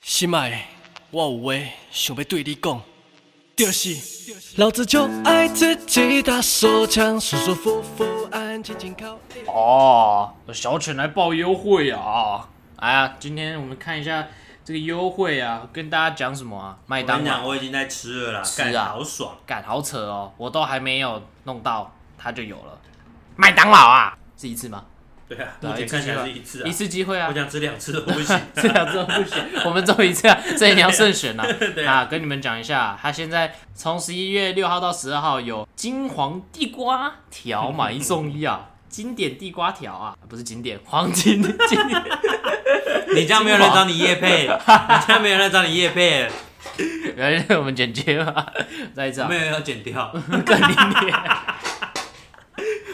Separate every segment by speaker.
Speaker 1: 心爱的，我有话想要对你讲，就是老子就爱自己打手枪，舒舒服服，安安静静靠。
Speaker 2: 哦，小犬来报优惠啊！哎呀，今天我们看一下这个优惠啊，跟大家讲什么啊？麦
Speaker 3: 我跟
Speaker 2: 当
Speaker 3: 你讲，
Speaker 2: 劳，
Speaker 3: 我已经在吃了啦，
Speaker 2: 吃啊
Speaker 3: 干好爽！
Speaker 2: 干好扯哦，我都还没有弄到，它就有了。麦当劳啊，是一次吗？
Speaker 3: 对啊，
Speaker 2: 对
Speaker 3: 目
Speaker 2: 啊
Speaker 3: 前看起来是一次啊，
Speaker 2: 一次机会啊
Speaker 3: 我，想吃两次都不 行。
Speaker 2: 这样真不行，我们只有一次啊，所以你要慎选啊。
Speaker 3: 对啊
Speaker 2: 啊，跟你们讲一下，它现在从十一月六号到十二号有金黄地瓜条 买一送一啊，经典地瓜条啊，不是经典，黄金经典。
Speaker 3: 你这样没有人找你叶 配，你这样没有人找你叶配，
Speaker 2: 原 来我们剪接嘛，再一次、
Speaker 3: 我
Speaker 2: 啊
Speaker 3: 没，有人要剪 掉。
Speaker 2: 更灵点。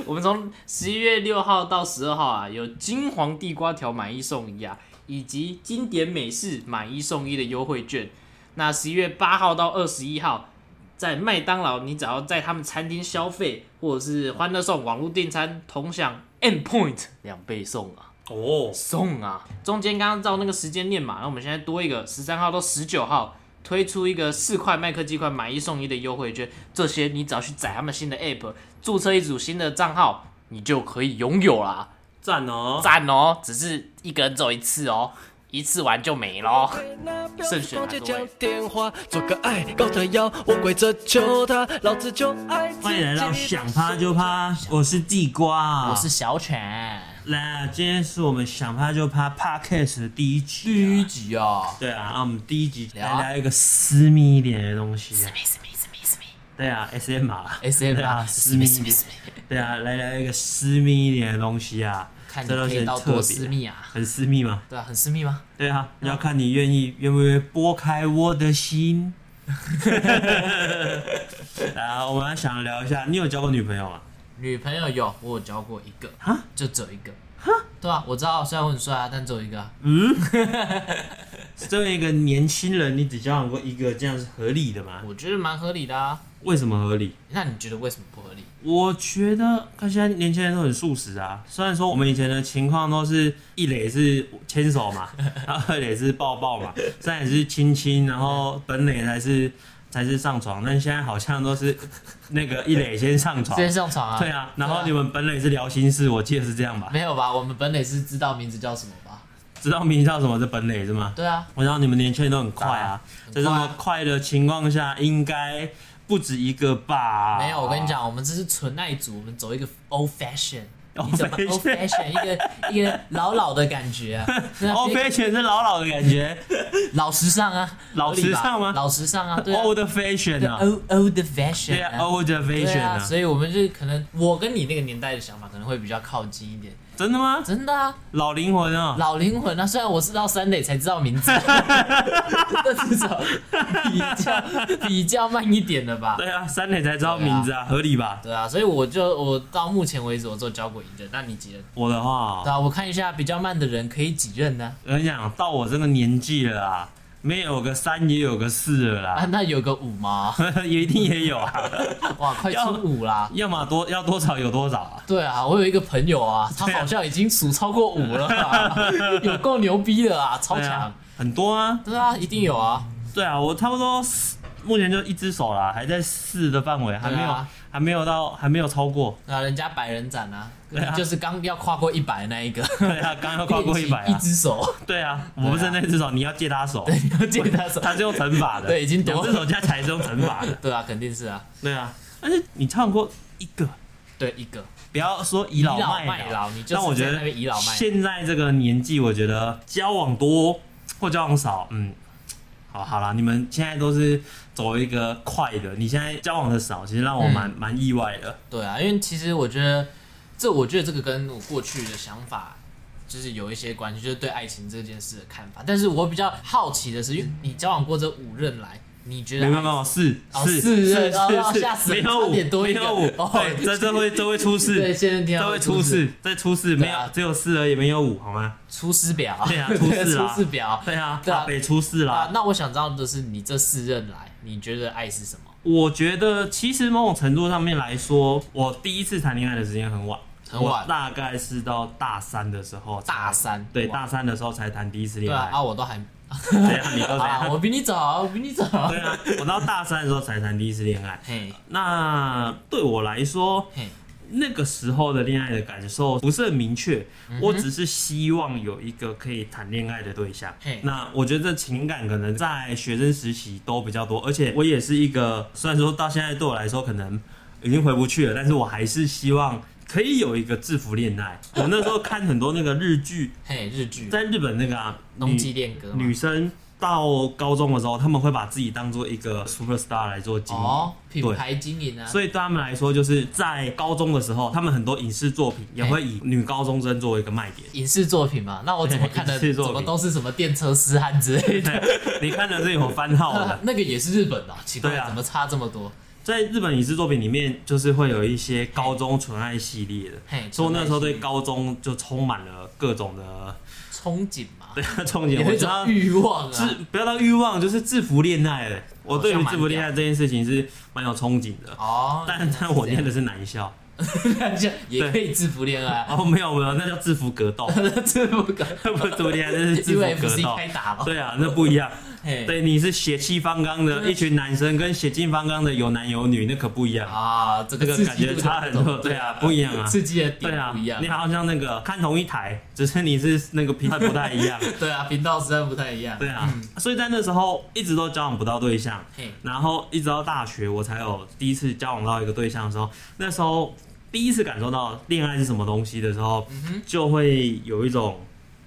Speaker 2: 我们从十一月六号到十二号啊，有金黄地瓜条买一送一啊，以及经典美式买一送一的优惠券。那十一月八号到二十一号，在麦当劳，你只要在他们餐厅消费，或者是欢乐颂网络订餐，同享 N Point 两倍送啊。
Speaker 3: 哦，
Speaker 2: 送啊！中间刚刚照那个时间念嘛，那我们现在多一个十三号到十九号推出一个四块麦克鸡块买一送一的优惠券，这些你只要去载他们新的 app，注册一组新的账号，你就可以拥有啦。
Speaker 3: 赞哦！
Speaker 2: 赞哦！只是一个人只有一次哦，一次完就没咯。慎选哪个位
Speaker 1: 电话，做个爱高的腰，我跪着求他，老子就爱自己。
Speaker 3: 欢迎来到想趴就趴，我是地瓜，
Speaker 2: 我是小犬，
Speaker 3: 来，啊今天是我们想趴就趴 podcast 的第一集、
Speaker 2: 第一集啊，
Speaker 3: 对啊，那我们第一集
Speaker 2: 聊
Speaker 3: 来聊一个私密一点的东西、啊。
Speaker 2: 没事没事没事没
Speaker 3: 对啊，SM 啊
Speaker 2: S M
Speaker 3: 对啊，
Speaker 2: 啊，
Speaker 3: 私
Speaker 2: 私
Speaker 3: 密
Speaker 2: 密
Speaker 3: 一
Speaker 2: 私密
Speaker 3: 点
Speaker 2: 私密，
Speaker 3: 对啊，来聊一个私密一点的东西啊。
Speaker 2: 看你
Speaker 3: 这
Speaker 2: 可
Speaker 3: 东西
Speaker 2: 以
Speaker 3: 很
Speaker 2: 到
Speaker 3: 特
Speaker 2: 多
Speaker 3: 别
Speaker 2: 私密啊，
Speaker 3: 很私密嘛。
Speaker 2: 对啊，很私密吗？
Speaker 3: 对啊，你要看你愿意愿不愿意拨开我的心。 啊，我们来想聊一下，你有交过女朋友吗？
Speaker 2: 女朋友有，我有交过一个
Speaker 3: 啊，
Speaker 2: 就只有一个对啊，我知道，虽然我很帅啊，但只有一个啊、
Speaker 3: 作为一个年轻人，你只交往过一个，这样是合理的吗？
Speaker 2: 我觉得蛮合理的啊。
Speaker 3: 为什么合理？
Speaker 2: 那你觉得为什么不合理？
Speaker 3: 我觉得看现在年轻人都很素食啊，虽然说我们以前的情况都是一垒是牵手 嘛，然后二垒是抱抱嘛，三垒是亲亲，然后本垒才是才是上床，但现在好像都是那个一垒先上床
Speaker 2: 直，接上床啊？
Speaker 3: 对啊，然后你们本垒是聊心事，我记得是这样吧？
Speaker 2: 没有吧？我们本垒是知道名字叫什么吧？
Speaker 3: 知道名叫什么是本垒是吗？
Speaker 2: 对啊，
Speaker 3: 我知道你们年轻人都很快啊，在这
Speaker 2: 很
Speaker 3: 么
Speaker 2: 快啊
Speaker 3: 快的情况下，应该不止一个吧？
Speaker 2: 没有，我跟你，讲，我们这是纯爱组，我们走一个 old fashion。你怎么
Speaker 3: Old
Speaker 2: old fashion 一个一个老老的感觉 啊？对啊
Speaker 3: 欧
Speaker 2: 一个
Speaker 3: 菲全是老老的感觉。
Speaker 2: 老时尚啊，
Speaker 3: 老时尚吗
Speaker 2: 合理吧老时尚啊，对啊
Speaker 3: old fashion 啊，
Speaker 2: old old fashion
Speaker 3: 对啊，old
Speaker 2: 对
Speaker 3: fashion
Speaker 2: 啊，
Speaker 3: 啊，
Speaker 2: 所以我们就是可能我跟你那个年代的想法可能会比较靠近一点，
Speaker 3: 真的吗？
Speaker 2: 真的啊，
Speaker 3: 老灵魂啊，
Speaker 2: 老灵魂啊，虽然我是到三垒才知道名字，但至少比较比较慢一点的吧。
Speaker 3: 对啊，三点才知道名字啊，合理吧？
Speaker 2: 对啊，所以我就我到目前为止我只有交过一任，那你几任？
Speaker 3: 我的话
Speaker 2: 对，啊，我看一下比较慢的人可以几任呢？
Speaker 3: 我跟你讲，到我这个年纪了啊，没有个三也有个四了
Speaker 2: 啊，
Speaker 3: 啦，
Speaker 2: 那有个五吗？
Speaker 3: 也一定也有啊，
Speaker 2: 哇，快出五啦！
Speaker 3: 要么多要多少有多少啊。
Speaker 2: 对啊，我有一个朋友 啊，他好像已经数超过五了啊，有够牛逼的啊，超
Speaker 3: 对
Speaker 2: 强
Speaker 3: 啊。，很多啊，
Speaker 2: 对啊，一定有啊。
Speaker 3: 对啊，我差不多四目前就一只手啦，还在四的范围，还没
Speaker 2: 对
Speaker 3: 有
Speaker 2: 啊
Speaker 3: 还没有到还没有 超过，
Speaker 2: 啊，人家百人斩啊，
Speaker 3: 对啊
Speaker 2: 就是刚要跨过一百的那一个，
Speaker 3: 对啊，刚刚跨过一百
Speaker 2: 一
Speaker 3: 啊，
Speaker 2: 只手。
Speaker 3: 对啊，我不是那只手，你要借他手，
Speaker 2: 对，你要借他手。
Speaker 3: 他是用乘法 的，
Speaker 2: 对已经多
Speaker 3: 两只手加起来是用乘法的
Speaker 2: 。对啊，肯定是啊，
Speaker 3: 对啊，但是你唱过一个，
Speaker 2: 对一个
Speaker 3: 不要说倚老卖
Speaker 2: 卖老，你就是
Speaker 3: 但我觉
Speaker 2: 在那
Speaker 3: 得
Speaker 2: 边倚老卖老。
Speaker 3: 现在这个年纪，我觉得交往多或交往少，嗯，好好啦，你们现在都是走一个快的，你现在交往的少，其实让我蛮
Speaker 2: 嗯
Speaker 3: 蛮、意外的。
Speaker 2: 对啊，因为其实我觉得这，我觉得这个跟我过去的想法。就是有一些关系，就是对爱情这件事的看法。但是我比较好奇的是，因为你交往过这五任来，你觉
Speaker 3: 没
Speaker 2: 得
Speaker 3: 有没有没有，是
Speaker 2: 哦是
Speaker 3: 是是
Speaker 2: 是哦
Speaker 3: 是
Speaker 2: 吓死
Speaker 3: 没
Speaker 2: 人
Speaker 3: 有
Speaker 2: 差
Speaker 3: 五，
Speaker 2: 点多
Speaker 3: 没
Speaker 2: 一个
Speaker 3: 有五，
Speaker 2: 哦
Speaker 3: 对，这这会这会
Speaker 2: 对
Speaker 3: 出事，
Speaker 2: 现任听
Speaker 3: 这
Speaker 2: 到
Speaker 3: 会出
Speaker 2: 事，
Speaker 3: 事，这出事没
Speaker 2: 对
Speaker 3: 有
Speaker 2: 啊
Speaker 3: 只有四而已，没有五，好吗？
Speaker 2: 出师表，
Speaker 3: 对啊出
Speaker 2: 对
Speaker 3: 事啦
Speaker 2: 出师表，
Speaker 3: 对啊，
Speaker 2: 对啊
Speaker 3: 大北出事啦
Speaker 2: 啊，。那我想知道的是，你这四任来，你觉得爱是什么？
Speaker 3: 我觉得其实某种程度上面来说，我第一次谈恋爱的时间很晚，
Speaker 2: 很晚
Speaker 3: 我大概是到大三的时候才，
Speaker 2: 大三
Speaker 3: 对
Speaker 2: 哇
Speaker 3: 大三的时候才谈第一次
Speaker 2: 对
Speaker 3: 恋
Speaker 2: 啊，
Speaker 3: 爱。
Speaker 2: 啊，我都还
Speaker 3: 对啊，你都怎
Speaker 2: 啊，
Speaker 3: 样？
Speaker 2: 我比你早，我比你早。
Speaker 3: 对啊，我到大三的时候才谈第一次恋爱。
Speaker 2: 嘿，
Speaker 3: 那对我来说
Speaker 2: 嘿，
Speaker 3: 那个时候的恋爱的感受不是很明确，我只是希望有一个可以谈恋爱的对象
Speaker 2: 嘿。
Speaker 3: 那我觉得情感可能在学生时期都比较多，而且我也是一个，虽然说到现在对我来说可能已经回不去了，但是我还是希望。可以有一个制服恋爱。我那时候看很多那个日剧，
Speaker 2: 嘿，日剧《
Speaker 3: 在日本那个啊，
Speaker 2: 冬
Speaker 3: 女
Speaker 2: 季恋歌》嘛
Speaker 3: 女生到高中的时候，他们会把自己当做一个 super star 来做经营。
Speaker 2: 哦，品牌经营啊，
Speaker 3: 所以对他们来说，就是在高中的时候，他们很多影视作品也会以女高中生作为一个卖点。
Speaker 2: 影视作品嘛，那我怎么看的？
Speaker 3: 影视
Speaker 2: 怎
Speaker 3: 作品
Speaker 2: 么都是什么电车痴汉之类 的？
Speaker 3: 你看的是有番号 的，
Speaker 2: 那个也是日本的啊，奇怪
Speaker 3: 对，啊
Speaker 2: 怎么差这么多？
Speaker 3: 在日本影视作品里面，就是会有一些高中纯爱系列的，
Speaker 2: 嘿，
Speaker 3: 所以我那时候对
Speaker 2: 高
Speaker 3: 高中就充满了各种的
Speaker 2: 憧憬嘛，
Speaker 3: 憧憬。
Speaker 2: 有
Speaker 3: 我
Speaker 2: 一
Speaker 3: 知道
Speaker 2: 种欲望
Speaker 3: 制
Speaker 2: 啊，
Speaker 3: 不要到欲望，就是制服恋爱了。我对
Speaker 2: 好
Speaker 3: 于
Speaker 2: 像蛮
Speaker 3: 制服恋爱这件事情是蛮有憧憬的，
Speaker 2: 哦，
Speaker 3: 但但我念的是男校。
Speaker 2: 这样 也可以制服恋爱 啊，
Speaker 3: 哦，没有没有，那叫制服格斗，
Speaker 2: 制服感
Speaker 3: 不是制服恋爱，那是制服格
Speaker 2: ，UFC
Speaker 3: 斗。
Speaker 2: 开打了，
Speaker 3: 对啊，那不一样。
Speaker 2: 嘿，
Speaker 3: 对，你是血气方刚的
Speaker 2: 对
Speaker 3: 一群男生，跟血气方刚的有男有女，那可不一样，
Speaker 2: 啊，这
Speaker 3: 这
Speaker 2: 个
Speaker 3: 个
Speaker 2: 刺
Speaker 3: 感
Speaker 2: 激
Speaker 3: 觉
Speaker 2: 度
Speaker 3: 差很多。对啊，不一样啊。
Speaker 2: 刺激的
Speaker 3: 对
Speaker 2: 点
Speaker 3: 啊
Speaker 2: 不一，样
Speaker 3: 你，好像那个看同一台，只是你是那个频道不太一 样。
Speaker 2: 对啊，频道实在不太一样，
Speaker 3: 对啊，所以在那时候一直都交往不到对象，
Speaker 2: 嗯嘿，
Speaker 3: 然后一直到大学我才有第一次交往到一个对象的时候，那时候第一次感受到恋爱是什么东西的时候，
Speaker 2: 嗯
Speaker 3: 就会有一种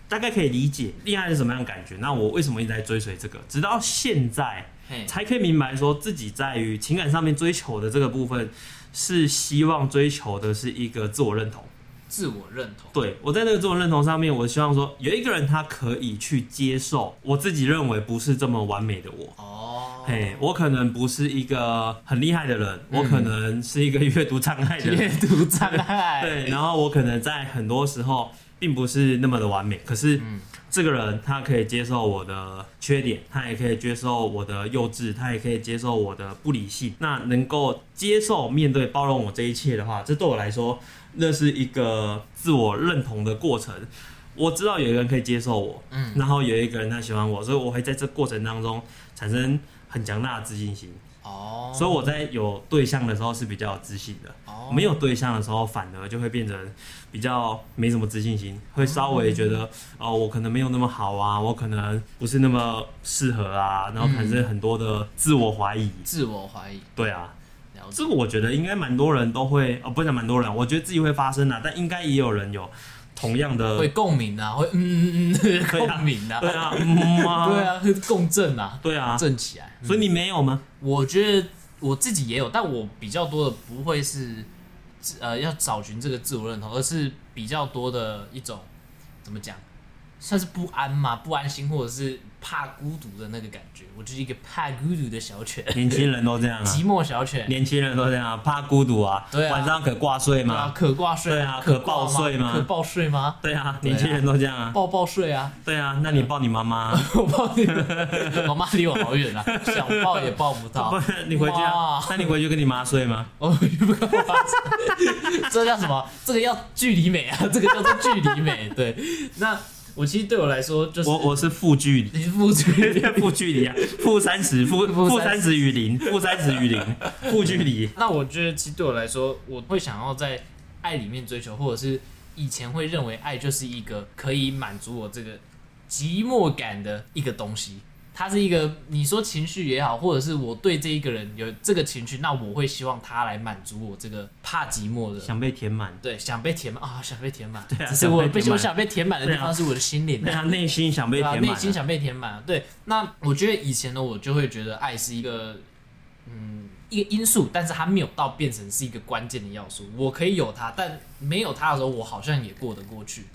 Speaker 3: 大概可以理解恋爱是什么样的感觉。那我为什么一直在追随这个？直到现在。
Speaker 2: 嘿，
Speaker 3: 才可以明白说自己在于情感上面追求的这个部分，是希望追求的是一个自我认同。
Speaker 2: 自我认同，
Speaker 3: 对我在那个自我认同上面，我希望说有一个人他可以去接受我自己认为不是这么完美的我。
Speaker 2: 哦，
Speaker 3: 嘿，我可能不是一个很厉害的人，我可能是一个阅读障碍的
Speaker 2: 阅
Speaker 3: 人，
Speaker 2: 读障碍，
Speaker 3: 对，然后我可能在很多时候并不是那么的完美，可是这个人他可以接受我的缺点，他也可以接受我的幼稚，他也可以接受我的不理性。那能够接受、面对、包容我这一切的话，这对我来说，那是一个自我认同的过程。我知道有一个人可以接受我，嗯，然后有一个人他喜欢我，所以我会在这过程当中产生很强大的自信心。
Speaker 2: 哦，
Speaker 3: 所以我在有对象的时候是比较有自信的。
Speaker 2: 哦
Speaker 3: 没有对象的时候，反而就会变成比较没什么自信心，会稍微觉得哦，我可能没有那么好啊，我可能不是那么适合啊，然后产
Speaker 2: 嗯
Speaker 3: 生很多的自我怀疑。
Speaker 2: 自我怀疑，
Speaker 3: 对啊，
Speaker 2: 了解
Speaker 3: 这个我觉得应该蛮多人都会，哦，不是蛮多人，我觉得自己会发生啊，但应该也有人有同样
Speaker 2: 会
Speaker 3: 的。
Speaker 2: 共鸣啊，会嗯嗯嗯共鸣啊，
Speaker 3: 对啊，嗯啊
Speaker 2: 对，啊，会共振啊，
Speaker 3: 对啊，
Speaker 2: 振起来。
Speaker 3: 所以你没有吗？
Speaker 2: 我觉得我自己也有，但我比较多的不会是呃要找寻这个自我认同，而是比较多的一种怎么讲，算是不安嘛，不安心或者是怕孤独的那个感觉。我就是一个怕孤独的小犬，
Speaker 3: 年轻人都这样啊，
Speaker 2: 寂寞小犬，
Speaker 3: 年轻人都这样啊，怕孤独啊，
Speaker 2: 对啊
Speaker 3: 晚上可挂
Speaker 2: 对
Speaker 3: 睡
Speaker 2: 啊
Speaker 3: 吗？，
Speaker 2: 可挂睡
Speaker 3: 对啊
Speaker 2: 可
Speaker 3: 可报
Speaker 2: 挂吗
Speaker 3: 睡吗
Speaker 2: 可报睡吗？
Speaker 3: 对啊，
Speaker 2: 对啊
Speaker 3: 年轻人都这样啊。
Speaker 2: 抱抱睡啊！
Speaker 3: 对啊，那你抱你妈妈啊，
Speaker 2: 我抱你， 我妈离我好远啊，想抱也抱不到
Speaker 3: 不。 然你回去啊
Speaker 2: 哦哇？
Speaker 3: 那你回去跟你妈睡吗？
Speaker 2: 我不跟我爸说这叫什么？这个叫距离美啊，这个叫做距离美。对，那我其实对我来说就是
Speaker 3: 我我是负 距离。
Speaker 2: 你付出
Speaker 3: 负距离啊，负三十，负
Speaker 2: 负
Speaker 3: 负
Speaker 2: 30
Speaker 3: 三十与零，负三十与零，负距离。
Speaker 2: 那我觉得其实对我来说，我会想要在爱里面追求，或者是以前会认为爱就是一个可以满足我这个寂寞感的一个东西。它是一个你说情绪也好，或者是我对这一个人有这个情绪，那我会希望他来满足我这个怕寂寞的
Speaker 3: 想被填满，
Speaker 2: 对，想被填满啊、想被填满。
Speaker 3: 对啊
Speaker 2: 只是我
Speaker 3: 想被
Speaker 2: 被
Speaker 3: 填满
Speaker 2: 我想被填满的地
Speaker 3: 对啊
Speaker 2: 方是我的心灵、
Speaker 3: 对啊，内心想被
Speaker 2: 对啊，
Speaker 3: 填
Speaker 2: 内
Speaker 3: 满
Speaker 2: 心
Speaker 3: 啊。
Speaker 2: 想被填满。对，那我觉得以前呢，我就会觉得爱是一个，嗯，一个因素，但是它没有到变成是一个关键的要素。我可以有它，但没有它的时候，我好像也过得过去。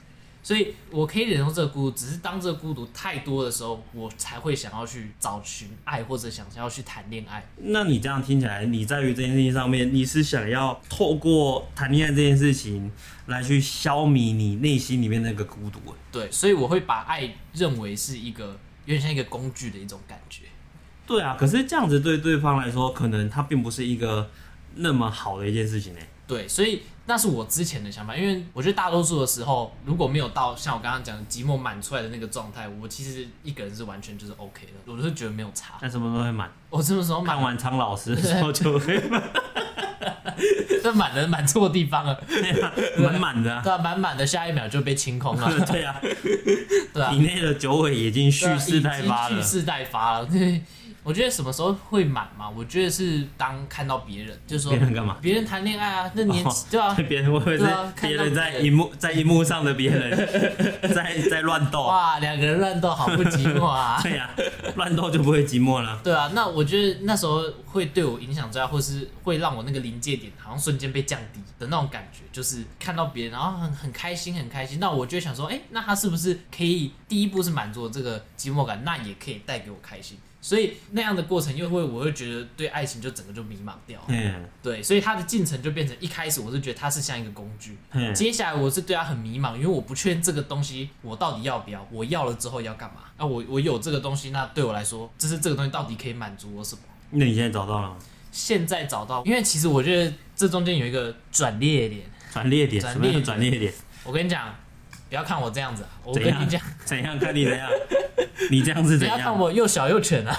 Speaker 2: 所以我可以忍受这个孤独，只是当这个孤独太多的时候，我才会想要去找寻爱，或者想要去谈恋爱。
Speaker 3: 那你这样听起来，你在于这件事情上面，你是想要透过谈恋爱这件事情来去消弭你内心里面那个孤独欸。
Speaker 2: 对，所以我会把爱认为是一个有点像一个工具的一种感觉。
Speaker 3: 对啊，可是这样子对对方来说，可能他并不是一个那么好的一件事情呢。
Speaker 2: 对，所以那是我之前的想法，因为我觉得大多数的时候，如果没有到像我刚刚讲的寂寞满出来的那个状态，我其实一个人是完全就是 OK 的，我就是觉得没有差。
Speaker 3: 但什么都会满。
Speaker 2: 我什么时候满
Speaker 3: 嗯看完苍老师的时候就会 满
Speaker 2: 这满了满错地方了，
Speaker 3: 满满的啊。
Speaker 2: 对啊，满满的下一秒就被清空 了，
Speaker 3: 对啊，
Speaker 2: 对啊，
Speaker 3: 体内的九尾已经蓄
Speaker 2: 对啊
Speaker 3: 势待发
Speaker 2: 已经
Speaker 3: 了
Speaker 2: 蓄。势待发了。 对，我觉得什么时候会满嘛？我觉得是当看到别人，就是说
Speaker 3: 别人干嘛
Speaker 2: 别人谈恋爱啊，那年
Speaker 3: 哦
Speaker 2: 纪对啊，
Speaker 3: 别人会不会
Speaker 2: 对啊
Speaker 3: 是
Speaker 2: 看
Speaker 3: 别
Speaker 2: 到
Speaker 3: 人在
Speaker 2: 别人
Speaker 3: 荧幕在荧幕上的 别人在在乱斗？
Speaker 2: 哇，两个人乱斗好不寂寞 啊。
Speaker 3: 对呀，乱斗就不会寂寞了。
Speaker 2: 对啊，那我觉得那时候会对我影响最大，或是会让我那个临界点好像瞬间被降低的那种感觉，就是看到别人然后很很开心很开心，那我就会想说，哎，那他是不是可以第一步是满足我这个寂寞感，那也可以带给我开心，所以那样的过程又会我会觉得对爱情就整个就迷茫掉，
Speaker 3: 嗯
Speaker 2: 对，所以它的进程就变成一开始我是觉得它是像一个工具，
Speaker 3: 嗯，
Speaker 2: 接下来我是对他很迷茫，因为我不确定这个东西我到底要不要，我要了之后要干嘛？啊，我我有这个东西，那对我来说，就是这个东西到底可以满足我什么？
Speaker 3: 那你现在找到了吗？
Speaker 2: 现在找到，因为其实我觉得这中间有一个转捩点。
Speaker 3: 转列点，
Speaker 2: 转
Speaker 3: 什
Speaker 2: 捩
Speaker 3: 么
Speaker 2: 点
Speaker 3: 叫转列点？
Speaker 2: 我跟你讲，不要看我这样子、啊，我
Speaker 3: 怎
Speaker 2: 跟
Speaker 3: 样
Speaker 2: 你讲，？
Speaker 3: 怎样？看你怎样？你这样是
Speaker 2: 不
Speaker 3: 怎
Speaker 2: 要看
Speaker 3: 样？
Speaker 2: 我又小又犬 啊！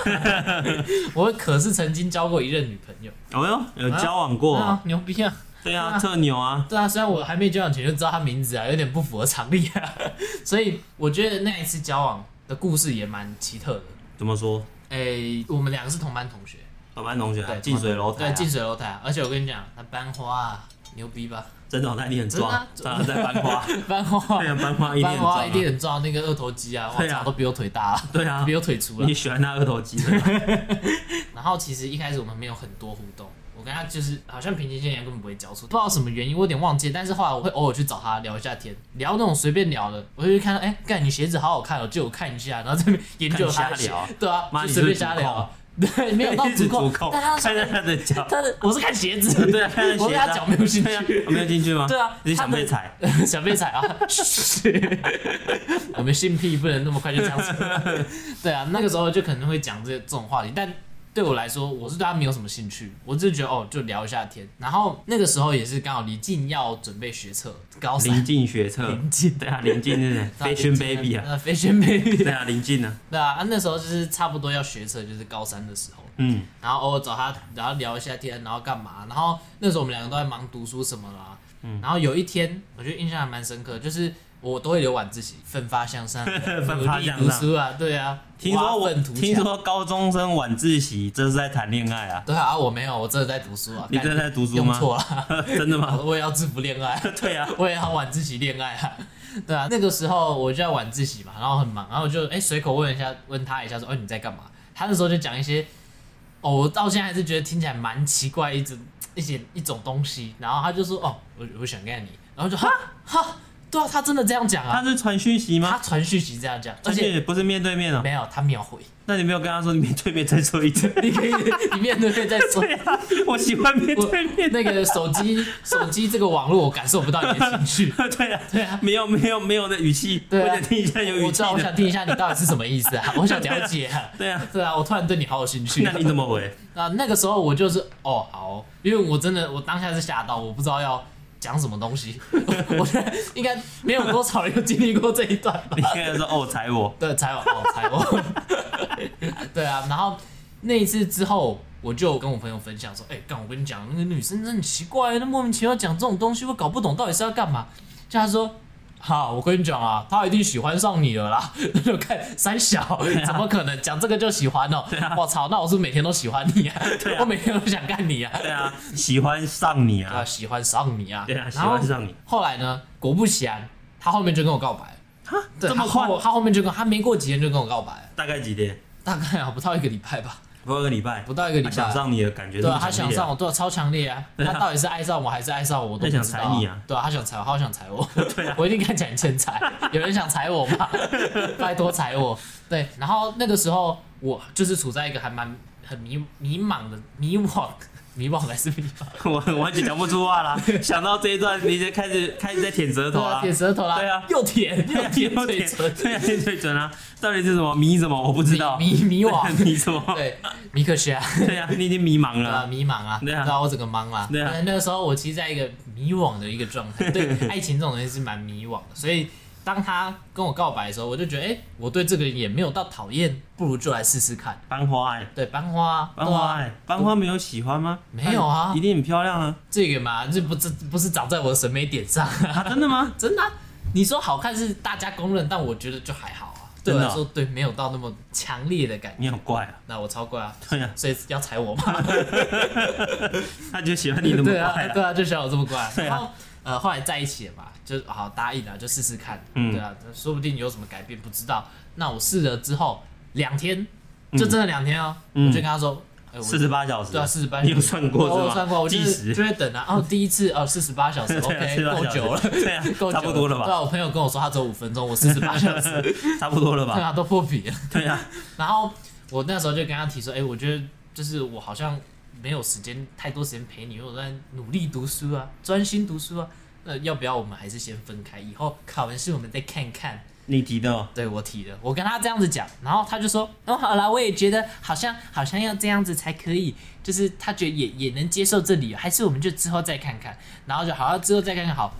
Speaker 2: 我可是曾经交过一任女朋友，
Speaker 3: 哦哟，有交往过
Speaker 2: 啊，，牛逼啊！
Speaker 3: 对啊，特牛啊，
Speaker 2: 对啊，虽然我还没交往前就知道他名字啊，有点不符合常理啊， 所以我觉得那一次交往的故事也蛮奇特的。
Speaker 3: 怎么说？
Speaker 2: 诶、我们两个是同班同学，
Speaker 3: 老班同学啊，
Speaker 2: 对，
Speaker 3: 近水楼台
Speaker 2: 对，
Speaker 3: 啊，
Speaker 2: 近水楼台、啊。而且我跟你讲，他班花、啊、牛逼吧？
Speaker 3: 真的哦，那你很壮，
Speaker 2: 真的
Speaker 3: 啊，在班花，
Speaker 2: 班花，
Speaker 3: 对啊，班花一定
Speaker 2: 班
Speaker 3: 很
Speaker 2: 花一定
Speaker 3: 壮啊，
Speaker 2: 很壮，那个二头肌啊，哇，
Speaker 3: 对啊
Speaker 2: 长都比我腿大、啊，
Speaker 3: 对啊
Speaker 2: 比，我腿粗了
Speaker 3: 你。喜欢那二头肌的吧
Speaker 2: 然后其实一开始我们没有很多互动，我跟他就是好像平行线一样，根本不会交出，不知道什么原因，我有点忘记了。但是后来我会偶尔去找他聊一下天，聊那种随便聊的，我就去看到，哎、干你鞋子好好看哦，借我看一下，然后这边研究他的
Speaker 3: 看瞎 聊
Speaker 2: 鞋对啊，
Speaker 3: 妈
Speaker 2: 就
Speaker 3: 你
Speaker 2: 随便
Speaker 3: 是不是
Speaker 2: 瞎
Speaker 3: 主
Speaker 2: 聊，对，没 有到
Speaker 3: 一直
Speaker 2: 控，
Speaker 3: 主控，
Speaker 2: 但他
Speaker 3: 看着他的 脚，
Speaker 2: 他的我是看鞋子，
Speaker 3: 对啊，看着
Speaker 2: 我
Speaker 3: 鞋
Speaker 2: 对
Speaker 3: 啊
Speaker 2: 他脚没有兴
Speaker 3: 对啊
Speaker 2: 趣，
Speaker 3: 我没有进去吗？
Speaker 2: 对 啊
Speaker 3: 你 是想
Speaker 2: 他的
Speaker 3: 被踩？
Speaker 2: 小废材啊， 我们性癖不能那么快就这样 子。对啊，那个时候就可能会讲这这种话题，但对我来说，我是对他没有什么兴趣，我只是觉得哦，就聊一下天。然后那个时候也是刚好离近要准备学测，高
Speaker 3: 临
Speaker 2: 三。
Speaker 3: 近学测，
Speaker 2: 临近
Speaker 3: 对啊，临近 是谁 Fashion Baby 啊，
Speaker 2: 呃，Fashion Baby，
Speaker 3: 对啊，临近啊，
Speaker 2: 对啊，啊那时候就是差不多要学测，就是高三的时候，
Speaker 3: 嗯，
Speaker 2: 然后偶尔找他，然后聊一下天，然后干嘛？然后那时候我们两个都在忙读书什么啦。
Speaker 3: 嗯
Speaker 2: 然后有一天，我觉得印象还蛮深刻，就是我都会留晚自习，奋发向 上，
Speaker 3: 奋发向上
Speaker 2: 努力读书啊，对啊，
Speaker 3: 听说
Speaker 2: 挖
Speaker 3: 我
Speaker 2: 粪图强
Speaker 3: 听说高中生晚自习这是在谈恋爱 啊，
Speaker 2: 对啊，我没有，我真的在读书啊，
Speaker 3: 你真的在读书
Speaker 2: 用
Speaker 3: 吗？
Speaker 2: 错了，
Speaker 3: 真的 吗？
Speaker 2: 我也要制服恋爱，
Speaker 3: 对啊，
Speaker 2: 我也要晚自习恋爱啊，对啊，那个时候我就在晚自习嘛，然后很忙，然后我就哎随口问一下，问他一下说，哦你在干嘛？他那时候就讲一些，哦我到现在还是觉得听起来蛮奇怪，一直一些一种东西，然后他就说哦我我想干你，然后就哈哈，对啊他真的这样讲
Speaker 3: 他
Speaker 2: 啊，
Speaker 3: 是传讯息
Speaker 2: 他
Speaker 3: 吗？
Speaker 2: 传讯息这样讲，而
Speaker 3: 传讯
Speaker 2: 且
Speaker 3: 息不是面对面哦，
Speaker 2: 没有他秒回，
Speaker 3: 那你没有跟他说你面对面再说一次？
Speaker 2: 你可以你面 对面再说。
Speaker 3: 对啊， 我喜欢面
Speaker 2: 我
Speaker 3: 对面的。
Speaker 2: 那个手机手机这个网络我感受不到你的情绪，
Speaker 3: 对啊，
Speaker 2: 对啊。
Speaker 3: 没有没有没有的语气，
Speaker 2: 对啊
Speaker 3: 我想听一下有
Speaker 2: 我
Speaker 3: 语
Speaker 2: 知
Speaker 3: 气
Speaker 2: 道，我想
Speaker 3: 的。
Speaker 2: 听一下你到底是什么意思啊？我想了解啊。
Speaker 3: 对啊，
Speaker 2: 对啊，我突然对你好有兴趣
Speaker 3: 那。你怎么回？
Speaker 2: 那那个时候我就是哦好哦因为我真的我当下是吓到，我不知道要讲什么东西。 我我觉得应该没有多少人有经历过这一段吧
Speaker 3: 你。跟他说哦，踩我，
Speaker 2: 对，才有哦，才有。 对啊，然后那一次之后，我就跟我朋友分享说，哎、干，我跟你讲，那个女生真的很奇怪，那莫名其妙讲这种东西，我搞不懂到底是要干嘛。就他说。哈，我跟你讲啊，她一定喜欢上你了啦！ 那就看三小，
Speaker 3: 啊
Speaker 2: 怎么可能讲这个就喜欢哦？我操，那我是不是每天都喜欢你啊，我每天都想干你啊！
Speaker 3: 对啊，喜欢上你
Speaker 2: 啊，
Speaker 3: 啊，
Speaker 2: 喜欢上你啊！
Speaker 3: 对啊，喜
Speaker 2: 然后
Speaker 3: 欢上你，
Speaker 2: 后来呢，果不其然，他后面就跟我告白了。对，
Speaker 3: 这么
Speaker 2: 他
Speaker 3: 快
Speaker 2: 后他后面就跟他没过几天就跟我告白了，
Speaker 3: 大概几天？
Speaker 2: 大概啊不到一个礼拜吧，
Speaker 3: 不到一个礼拜，
Speaker 2: 不到一个礼
Speaker 3: 他
Speaker 2: 拜。
Speaker 3: 想上你的感觉
Speaker 2: 对
Speaker 3: 这
Speaker 2: 啊
Speaker 3: 么，
Speaker 2: 他
Speaker 3: 强
Speaker 2: 想
Speaker 3: 烈
Speaker 2: 上
Speaker 3: 啊，
Speaker 2: 我，对啊，超强烈 啊！
Speaker 3: 对啊
Speaker 2: 他到底是爱上我还是爱上我，我都不知道啊
Speaker 3: 他想踩你啊！
Speaker 2: 对啊，他想踩我，他想踩 我，对啊，我一定看起来很欠踩。有人想踩我吗？拜托踩我！对，然后那个时候我就是处在一个还蛮很迷迷茫的迷惘 米宝还是米宝，
Speaker 3: 我 我完全讲不出话 啦。想到这一段，你就开始开始在舔舌头
Speaker 2: 对啊
Speaker 3: 啦，
Speaker 2: 舔舌头啦，
Speaker 3: 对啊
Speaker 2: 又舔又舔
Speaker 3: 又
Speaker 2: 嘴
Speaker 3: 舔
Speaker 2: 唇，
Speaker 3: 对啊，舔嘴唇啊，到底是什么迷什么？我不知道，
Speaker 2: 迷迷迷惘
Speaker 3: 迷什么？
Speaker 2: 对，米可学啊，
Speaker 3: 对啊，你已经迷茫
Speaker 2: 对啊，
Speaker 3: 了。
Speaker 2: 迷茫啊，
Speaker 3: 对啊
Speaker 2: 对啊，我整个懵啦。
Speaker 3: 对啊
Speaker 2: 那那个时候我其实在一个迷惘的一个状 态，对爱情这种东西是蛮迷惘的，所以当他跟我告白的时候，我就觉得，哎、我对这个人也没有到讨厌，不如就来试试看。
Speaker 3: 班花哎，
Speaker 2: 对，班花啊，
Speaker 3: 班
Speaker 2: 对
Speaker 3: 花
Speaker 2: 啊，
Speaker 3: 哎，班花没有喜欢吗？
Speaker 2: 没有啊
Speaker 3: 一定很漂亮啊！
Speaker 2: 这个嘛，这不这不是长在我的审美点上，
Speaker 3: 啊，真的吗？
Speaker 2: 真的啊、你说好看是大家公认，但我觉得就还好啊，对
Speaker 3: 真
Speaker 2: 我
Speaker 3: 的啊
Speaker 2: 来说，对，没有到那么强烈的感觉。
Speaker 3: 你好怪啊！
Speaker 2: 那我超怪啊，
Speaker 3: 对啊，
Speaker 2: 所以要踩我嘛。
Speaker 3: 他就喜欢你那么
Speaker 2: 对
Speaker 3: 怪
Speaker 2: 啊，
Speaker 3: 啊。
Speaker 2: 对啊，就想我这么乖。
Speaker 3: 对啊
Speaker 2: 然后呃，后来在一起了嘛，就好答应了，就试试看。
Speaker 3: 嗯
Speaker 2: 对啊，说不定有什么改变，不知道。那我试了之后两天，就真的两天哦，
Speaker 3: 嗯
Speaker 2: 我就跟他说，哎，我
Speaker 3: 四十八小时，
Speaker 2: 对啊，四十八，哦
Speaker 3: 你有算过是
Speaker 2: 我
Speaker 3: 吗？
Speaker 2: 有算过，我就
Speaker 3: 计
Speaker 2: 是
Speaker 3: 时
Speaker 2: 就，会等啊。哦，第一次哦，四十八小时，OK，
Speaker 3: 对啊48
Speaker 2: 够
Speaker 3: 小时
Speaker 2: 久了，
Speaker 3: 对啊
Speaker 2: 够久
Speaker 3: 差不多了吧
Speaker 2: 对啊，我朋友跟我说他只有五分钟，我四十八小时，
Speaker 3: 差不多了
Speaker 2: 对
Speaker 3: 吧？
Speaker 2: 啊，都破皮了。
Speaker 3: 对啊，
Speaker 2: 然后我那时候就跟他提说，哎、我觉得就是我好像没有时间太多时间陪你，因为我在努力读书啊，专心读书啊。那要不要我们还是先分开，以后考完试我们再看看。
Speaker 3: 你提的哦，
Speaker 2: 对我提的，我跟他这样子讲，然后他就说，哦，好啦，我也觉得好像好像要这样子才可以，就是他觉得也也能接受这里，还是我们就之后再看看，然后就好，啊之后再看看好，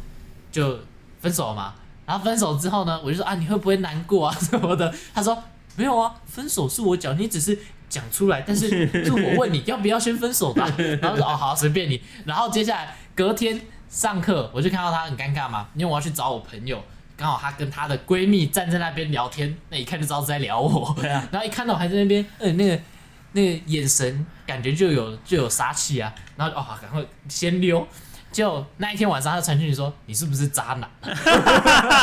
Speaker 2: 就分手了嘛。然后分手之后呢，我就说啊，你会不会难过啊什么的？ 他说没有啊，分手是我讲，你只是讲出来，但是 是我问你要不要先分手的啊、然后说哦好，随便你。然后接下来隔天上课，我就看到他很尴尬嘛，因为我要去找我朋友。刚好她跟她的闺蜜站在那边聊天，那一看就知道是在聊我。
Speaker 3: 对啊
Speaker 2: 然后一看到我还在那边，呃，那个那个眼神感觉就有就有杀气啊，然后就哦，赶快先溜。就那一天晚上，他传讯息说：“你是不是渣男、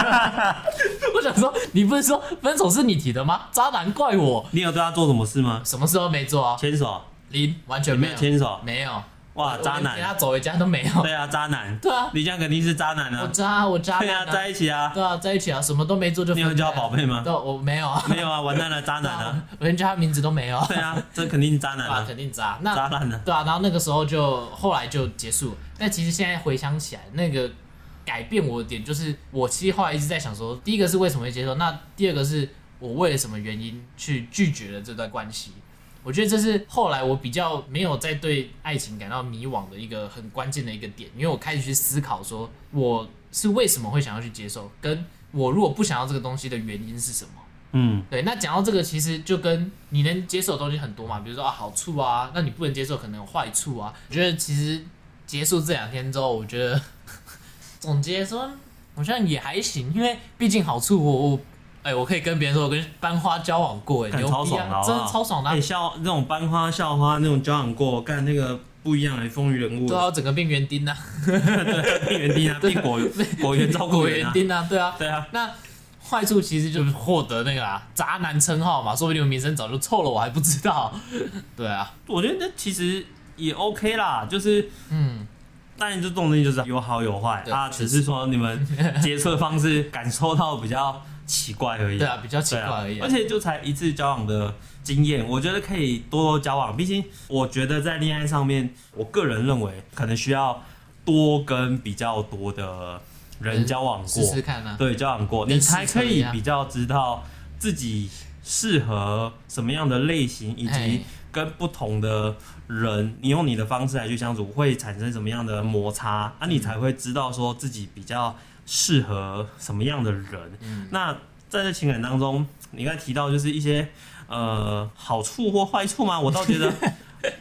Speaker 2: 我想说，你不是说分手是你提的吗？渣男怪我，
Speaker 3: 你有对他做什么事吗？
Speaker 2: 什么事都没做啊，
Speaker 3: 牵手，
Speaker 2: 零完全
Speaker 3: 你没
Speaker 2: 没
Speaker 3: 有
Speaker 2: 有
Speaker 3: 牵手，
Speaker 2: 没有
Speaker 3: 哇，渣
Speaker 2: 我连他
Speaker 3: 男，
Speaker 2: 走回家都没有。
Speaker 3: 对啊，渣男，
Speaker 2: 对啊，
Speaker 3: 你这样肯定是渣男
Speaker 2: 我
Speaker 3: 啊，
Speaker 2: 渣啊我渣
Speaker 3: 对啊，
Speaker 2: 男
Speaker 3: 在
Speaker 2: 啊，
Speaker 3: 一起啊，
Speaker 2: 对啊，在一起啊，什么都没做就
Speaker 3: 你
Speaker 2: 分
Speaker 3: 有
Speaker 2: 开啊
Speaker 3: 叫宝贝吗
Speaker 2: 对，？我没有啊，
Speaker 3: 没有啊，完蛋了，渣男啊，
Speaker 2: 我连叫他名字都没有。
Speaker 3: 对啊，这肯定是渣男
Speaker 2: 啊，
Speaker 3: 啊，
Speaker 2: 肯定渣。那
Speaker 3: 渣男啊，
Speaker 2: 对啊，然后那个时候就后来就结束了。但其实现在回想起来，那个改变我的点就是，我其实后来一直在想说，第一个是为什么会接受，那第二个是我为了什么原因去拒绝了这段关系。我觉得这是后来我比较没有再对爱情感到迷惘的一个很关键的一个点，因为我开始去思考说，我是为什么会想要去接受，跟我如果不想要这个东西的原因是什么。
Speaker 3: 嗯，
Speaker 2: 对，那讲到这个，其实就跟你能接受的东西很多嘛，比如说啊好处啊，那你不能接受可能有坏处啊。我觉得其实结束这两天之后，我觉得 总结说好像也还行，因为毕竟好处我我哎、我可以跟别人说我跟班花交往过、哎
Speaker 3: 干
Speaker 2: 牛
Speaker 3: 超
Speaker 2: 逼
Speaker 3: 爽的
Speaker 2: 啊，
Speaker 3: 好不
Speaker 2: 真
Speaker 3: 好
Speaker 2: 的超爽的啊、
Speaker 3: 哎，校那种班花、校花那种交往过，干那个不一样的风云人物
Speaker 2: 对，啊，我整个病园丁啊，
Speaker 3: 病园丁啊，病果果园 照顾
Speaker 2: 果
Speaker 3: 员
Speaker 2: 园
Speaker 3: 啊，
Speaker 2: 丁啊，对啊，
Speaker 3: 对啊，
Speaker 2: 那坏处其实就是获得那个啊渣男称号嘛，说不定我名声早就臭了，我还不知道。 对啊，
Speaker 3: 我觉得那其实也 OK 啦，就是
Speaker 2: 嗯，
Speaker 3: 当然，这种东西就是有好有坏，
Speaker 2: 对
Speaker 3: 啊，只是说你们接触的方式感受到比较奇怪而已。
Speaker 2: 对啊，比较奇
Speaker 3: 对
Speaker 2: 怪
Speaker 3: 啊，
Speaker 2: 而已啊、
Speaker 3: 而且就才一次交往的经验，我觉得可以多多交往。毕竟我觉得在恋爱上面，我个人认为可能需要多跟比较多的人
Speaker 2: 人
Speaker 3: 交往过，
Speaker 2: 试试看啊。
Speaker 3: 对，交往过，
Speaker 2: 跟
Speaker 3: 你才
Speaker 2: 试车
Speaker 3: 可
Speaker 2: 一
Speaker 3: 以
Speaker 2: 样
Speaker 3: 比较知道自己适合什么样的类型，以
Speaker 2: 哎
Speaker 3: 及跟不同的人，你用你的方式来去相处，会产生什么样的摩擦，啊，你
Speaker 2: 嗯
Speaker 3: 才会知道说自己比较适合什么样的人。
Speaker 2: 嗯
Speaker 3: 那在这情感当中，你刚才提到就是一些呃好处或坏处吗？我倒 觉得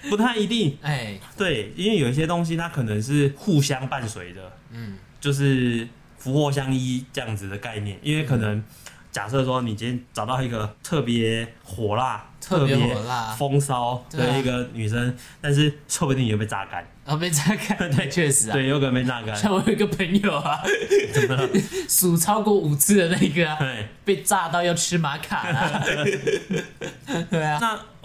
Speaker 3: 不太一定，
Speaker 2: 哎，
Speaker 3: 对，因为有一些东西它可能是互相伴随的，
Speaker 2: 嗯，
Speaker 3: 就是福祸相依这样子的概念。因为可能假设说你今天找到一个特别火辣、
Speaker 2: 特别火
Speaker 3: 别
Speaker 2: 辣，
Speaker 3: 风骚
Speaker 2: 对啊
Speaker 3: 的一个女生，但是说不定你会被榨干，
Speaker 2: 然后哦被这样看，对， 确实啊。
Speaker 3: 对，有可能被榨干。
Speaker 2: 像我有一个朋友啊， 数超过五啊 次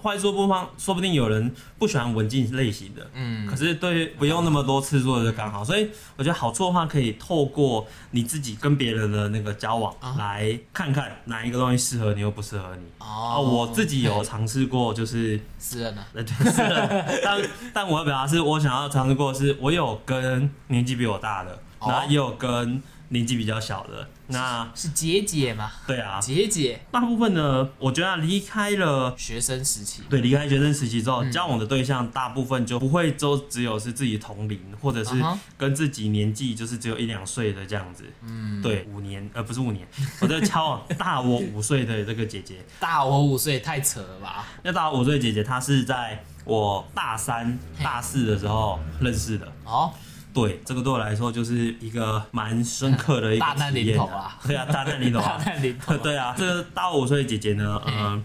Speaker 3: 坏处不方，说不定有人不喜欢文静类型的，
Speaker 2: 嗯
Speaker 3: 可是对不用那么多次做的就刚好。所以我觉得好处的话，可以透过你自己跟别人的那个交往
Speaker 2: 啊
Speaker 3: 来看看哪一个东西适合你又不适合你。啊，
Speaker 2: 哦
Speaker 3: 我自己有尝试过，就是
Speaker 2: 私人啊，
Speaker 3: 呃，对，是的但但我要表达是我想要尝试过的是，我有跟年纪比我大的，
Speaker 2: 哦
Speaker 3: 然后也有跟年纪比较小的。那
Speaker 2: 是姐姐嘛？
Speaker 3: 对啊，
Speaker 2: 姐姐
Speaker 3: 大部分呢，我觉得啊离开了。
Speaker 2: 学生时期，
Speaker 3: 对，离开学生时期
Speaker 2: 嗯
Speaker 3: 之后，交往的对象大部分就不会都只有是自己同龄，或者是
Speaker 2: 嗯哼
Speaker 3: 跟自己年纪就是只有一两岁的这样子。嗯，对，五年，呃，不是五年，我在交往大我五岁的这个姐姐，
Speaker 2: 大我五岁，太扯了吧？
Speaker 3: 那大我五岁的姐姐，她是在我大三、大四的时候认识的。
Speaker 2: 哦，
Speaker 3: 对，这个对我来说就是一个蛮深刻的一 个
Speaker 2: 大难
Speaker 3: 体
Speaker 2: 临
Speaker 3: 验
Speaker 2: 头啊！
Speaker 3: 对啊，大难临头
Speaker 2: 大
Speaker 3: 啊！
Speaker 2: 难临头，
Speaker 3: 对啊，这个大我五岁的姐姐呢，嗯、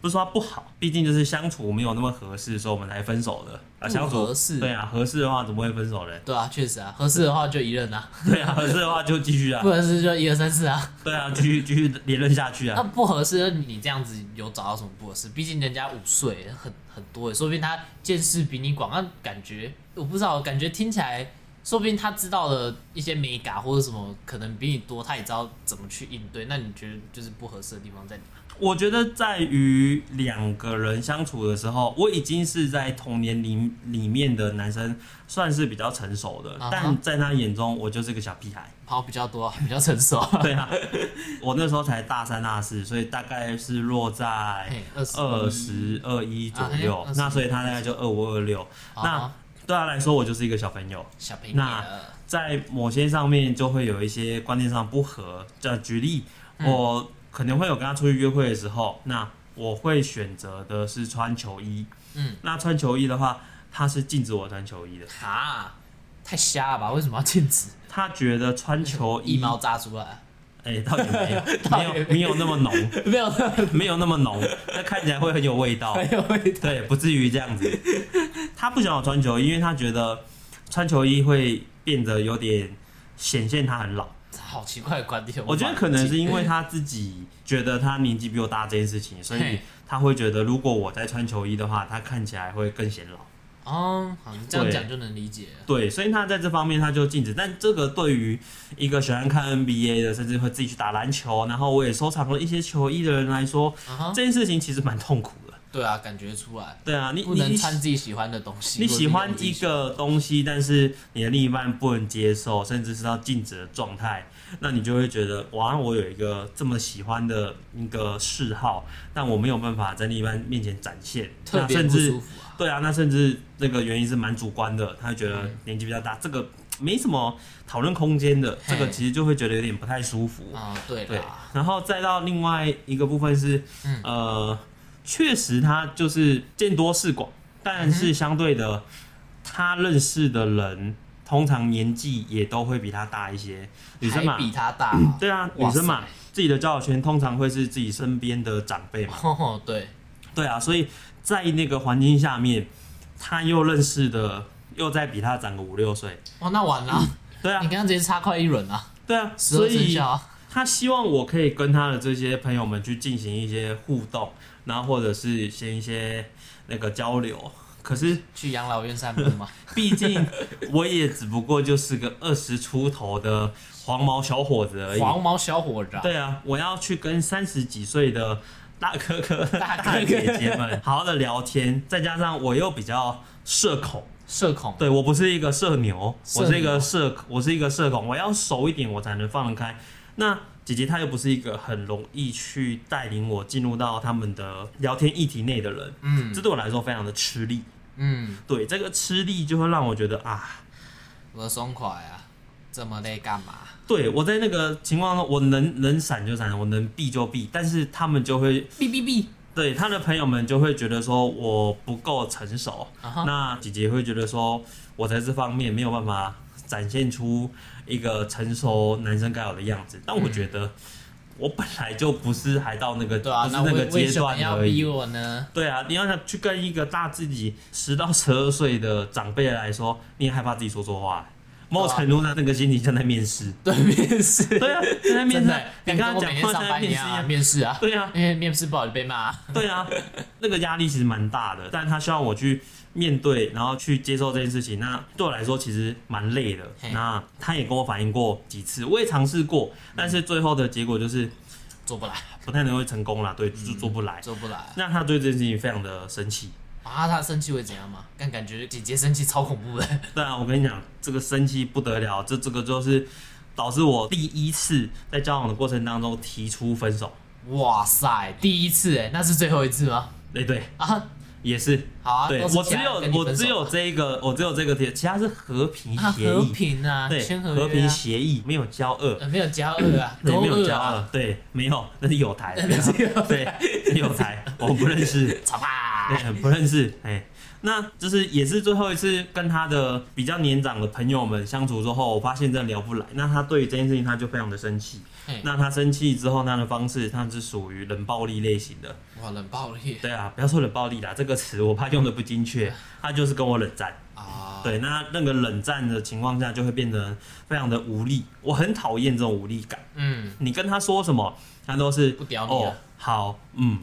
Speaker 3: 不是说她不好，毕竟就是相处没有那么合适，所以我们才分手的。啊，相处
Speaker 2: 合适？
Speaker 3: 对啊，合适的话怎么会分手嘞
Speaker 2: 对啊，确实啊，合适的话就一任啊，
Speaker 3: 对啊，合适的话就继续啊
Speaker 2: 不，合适就一二三四啊。
Speaker 3: 对啊，继续继续连任下去
Speaker 2: 那
Speaker 3: 啊。
Speaker 2: 不合适，你这样子有找到什么不合适？毕竟人家五岁，很很多欸耶，说不定他见识比你广，那感觉我不知道，感觉听起来，说不定他知道的一些美感或者什么，可能比你多，他也知道怎么去应对。那你觉得就是不合适的地方在哪？
Speaker 3: 我觉得在于两个人相处的时候，我已经是在同年龄里面的男生算是比较成熟的
Speaker 2: 啊哈
Speaker 3: 但在他眼中我就是个小屁孩。
Speaker 2: 跑比较多啊，比较成熟啊，
Speaker 3: 对啊，我那时候才大三大四，所以大概是落在
Speaker 2: 嘿，二十
Speaker 3: 二十二一左右
Speaker 2: 啊嘿，
Speaker 3: 那所以他大概就二五二六。
Speaker 2: 啊
Speaker 3: 那对他来说，我就是一个小朋友，
Speaker 2: 小朋友
Speaker 3: 那
Speaker 2: 了
Speaker 3: 在某些上面就会有一些观念上不合。这举例，
Speaker 2: 嗯
Speaker 3: 我可能会有跟他出去约会的时候，那我会选择的是穿球衣。
Speaker 2: 嗯，
Speaker 3: 那穿球衣的话，他是禁止我穿球衣的，
Speaker 2: 啊，太瞎了吧？为什么要禁止？
Speaker 3: 他觉得穿 球
Speaker 2: 一
Speaker 3: 衣，
Speaker 2: 毛扎出来，
Speaker 3: 哎、倒也没有，
Speaker 2: 倒
Speaker 3: 没
Speaker 2: 也没有
Speaker 3: 有没有那么浓。
Speaker 2: 没有那么
Speaker 3: 没有那么浓，那看起来会很有味 道。
Speaker 2: 有味道。
Speaker 3: 对，不至于这样子。他不想我穿球衣，因为他觉得穿球衣会变得有点显现他很老。
Speaker 2: 好奇怪的观点，
Speaker 3: 我觉得可能是
Speaker 2: 无
Speaker 3: 因为他自己觉得他年纪比我大这件事情，所以
Speaker 2: 嘿
Speaker 3: 他会觉得如果我在穿球衣的话，他看起来会更显老。
Speaker 2: 法解哦，好，你这样
Speaker 3: 对
Speaker 2: 讲就能理解了。
Speaker 3: 对，所以他在这方面他就禁止。但这个对于一个喜欢看 NBA 的，甚至会自己去打篮球，然后我也收藏了一些球衣的人来说，
Speaker 2: 啊哈，
Speaker 3: 这件事情其实蛮痛苦的。
Speaker 2: 对啊，感觉出来，
Speaker 3: 对啊，你
Speaker 2: 不
Speaker 3: 你
Speaker 2: 能
Speaker 3: 你
Speaker 2: 穿自己喜欢的东西。
Speaker 3: 你
Speaker 2: 或者
Speaker 3: 喜欢
Speaker 2: 用自己
Speaker 3: 一
Speaker 2: 喜欢
Speaker 3: 个东西，但是你的另一半不能接受，甚至是到禁止的状态，那你就会觉得，哇，我有一个这么喜欢的一个嗜好，但我没有办法在另一半面前展现，
Speaker 2: 特
Speaker 3: 那
Speaker 2: 别
Speaker 3: 甚
Speaker 2: 不
Speaker 3: 至
Speaker 2: 舒服啊，
Speaker 3: 对啊，那甚至那个原因是蛮主观的，他会觉得
Speaker 2: 嗯
Speaker 3: 年纪比较大，这个没什么讨论空间的，这个
Speaker 2: 嘿
Speaker 3: 其实就会觉得有点不太舒服。
Speaker 2: 啊，对
Speaker 3: 对
Speaker 2: 啦，，
Speaker 3: 然后再到另外一个部分是，
Speaker 2: 嗯
Speaker 3: 呃，确实他就是见多识广，
Speaker 2: 嗯
Speaker 3: 但是相对的，他认识的人通常年纪也都会比他大一些，女生嘛
Speaker 2: 还，比他大啊，
Speaker 3: 对啊，
Speaker 2: 哇
Speaker 3: 女生嘛
Speaker 2: 塞，
Speaker 3: 自己的交友圈通常会是自己身边的长辈嘛，
Speaker 2: 哦，对，
Speaker 3: 对啊，所以在那个环境下面，他又认识的又再比他长个五六岁，
Speaker 2: 哇，哦那完了，
Speaker 3: 对啊
Speaker 2: 你，刚刚直接插快一轮啊，
Speaker 3: 对啊，
Speaker 2: 十二
Speaker 3: 所
Speaker 2: 生
Speaker 3: 以
Speaker 2: 肖啊，
Speaker 3: 他希望我可以跟他的这些朋友们去进行一些互动，然后或者是先一些那个交流。可是，
Speaker 2: 去养老院散步 嘛，
Speaker 3: 毕竟我也只不过就是个二十出头的黄毛小伙子而已。
Speaker 2: 黄毛小伙子啊，
Speaker 3: 对啊，我要去跟三十几岁的大哥哥、
Speaker 2: 大哥哥
Speaker 3: 姐姐们好好的聊天，再加上我又比较社恐，
Speaker 2: 社恐，
Speaker 3: 对我不是一个社牛，
Speaker 2: 社
Speaker 3: 我
Speaker 2: 牛
Speaker 3: 是一个社，我是一个社恐，我要熟一点我才能放得开。那姐姐她又不是一个很容易去带领我进入到他们的聊天议题内的人，
Speaker 2: 嗯
Speaker 3: 这对我来说非常的吃力。
Speaker 2: 嗯，
Speaker 3: 对这个吃力就会让我觉得啊，
Speaker 2: 我松快啊，这么累干嘛？
Speaker 3: 对我在那个情况中，我能能闪就闪，我能避就避，但是他们就会
Speaker 2: 哔哔哔，
Speaker 3: 对他的朋友们就会觉得说我不够成熟，
Speaker 2: 啊哈，
Speaker 3: 那姐姐会觉得说，我在这方面没有办法展现出一个成熟男生该有的样子。但我觉得，我本来就不是还到那个，
Speaker 2: 对啊，
Speaker 3: 不
Speaker 2: 那
Speaker 3: 是那个
Speaker 2: 为为
Speaker 3: 阶
Speaker 2: 什么
Speaker 3: 段
Speaker 2: 要
Speaker 3: 而
Speaker 2: 逼
Speaker 3: 已。
Speaker 2: 我呢？
Speaker 3: 对啊，你要想去跟一个大自己十到十二岁的长辈来说，你也害怕自己说错话。某
Speaker 2: 啊
Speaker 3: 种程度上，那个心情像在面试。
Speaker 2: 对面试，
Speaker 3: 对啊，像在面
Speaker 2: 真
Speaker 3: 试
Speaker 2: 的，。
Speaker 3: 你
Speaker 2: 跟
Speaker 3: 刚
Speaker 2: 我每
Speaker 3: 刚讲
Speaker 2: 天
Speaker 3: 话
Speaker 2: 上
Speaker 3: 像在
Speaker 2: 班一
Speaker 3: 面试一
Speaker 2: 样啊
Speaker 3: 样。
Speaker 2: 面试啊，
Speaker 3: 对啊，
Speaker 2: 因为面试不好就被骂啊。
Speaker 3: 对啊，那个压力其实蛮大的，但他希望我去面对，然后去接受这件事情。那对我来说其实蛮累的
Speaker 2: 嘿。嗯
Speaker 3: 那他也跟我反映过几次，我也尝试过，但是最后的结果就是
Speaker 2: 做不来，
Speaker 3: 不太能够成功啦，对，
Speaker 2: 嗯
Speaker 3: 就做不来。
Speaker 2: 做不来啊！
Speaker 3: 那他对这件事情非常的生气。
Speaker 2: 啊他生气会怎样吗？但感觉姐姐生气超恐怖的，
Speaker 3: 对啊，我跟你讲，这个生气不得了，这这个就是导致我第一次在交往的过程当中提出分手。
Speaker 2: 哇塞，第一次哎，那是最后一次吗？
Speaker 3: 哎，对，
Speaker 2: 啊，
Speaker 3: 也是。
Speaker 2: 好啊，
Speaker 3: 对
Speaker 2: 都是
Speaker 3: 我只
Speaker 2: 家人
Speaker 3: 有
Speaker 2: 跟你
Speaker 3: 我
Speaker 2: 分手
Speaker 3: 只有这一个，我只有这个贴，其他是和平
Speaker 2: 啊
Speaker 3: 协
Speaker 2: 和
Speaker 3: 议。
Speaker 2: 平啊，
Speaker 3: 对，
Speaker 2: 签
Speaker 3: 和
Speaker 2: 约
Speaker 3: 平
Speaker 2: 啊，
Speaker 3: 协议没有交恶，
Speaker 2: 呃没有交恶啊，
Speaker 3: 对，没有
Speaker 2: 勾
Speaker 3: 交
Speaker 2: 啊
Speaker 3: 恶，对，没有，那是有台，
Speaker 2: 那是有台
Speaker 3: 对，有台，我不 认识，
Speaker 2: 吵吧，
Speaker 3: 对，不认识，哎，那就是也是最后一次跟他的比较年长的朋友们相处之后，我发现真的聊不来，那他对于这件事情他就非常的生气
Speaker 2: 嘿，
Speaker 3: 那他生气之后，他的方式他是属于冷暴力类型的，
Speaker 2: 哇，冷暴力
Speaker 3: 对啊，不要说冷暴力啦，这个词我怕用的不精 确，他就是跟我冷战。
Speaker 2: 啊，
Speaker 3: 对，那那个冷战的情况下，就会变得非常的无力。我很讨厌这种无力感。
Speaker 2: 嗯，
Speaker 3: 你跟他说什么，他都是
Speaker 2: 不屌你啊
Speaker 3: 哦，好，嗯，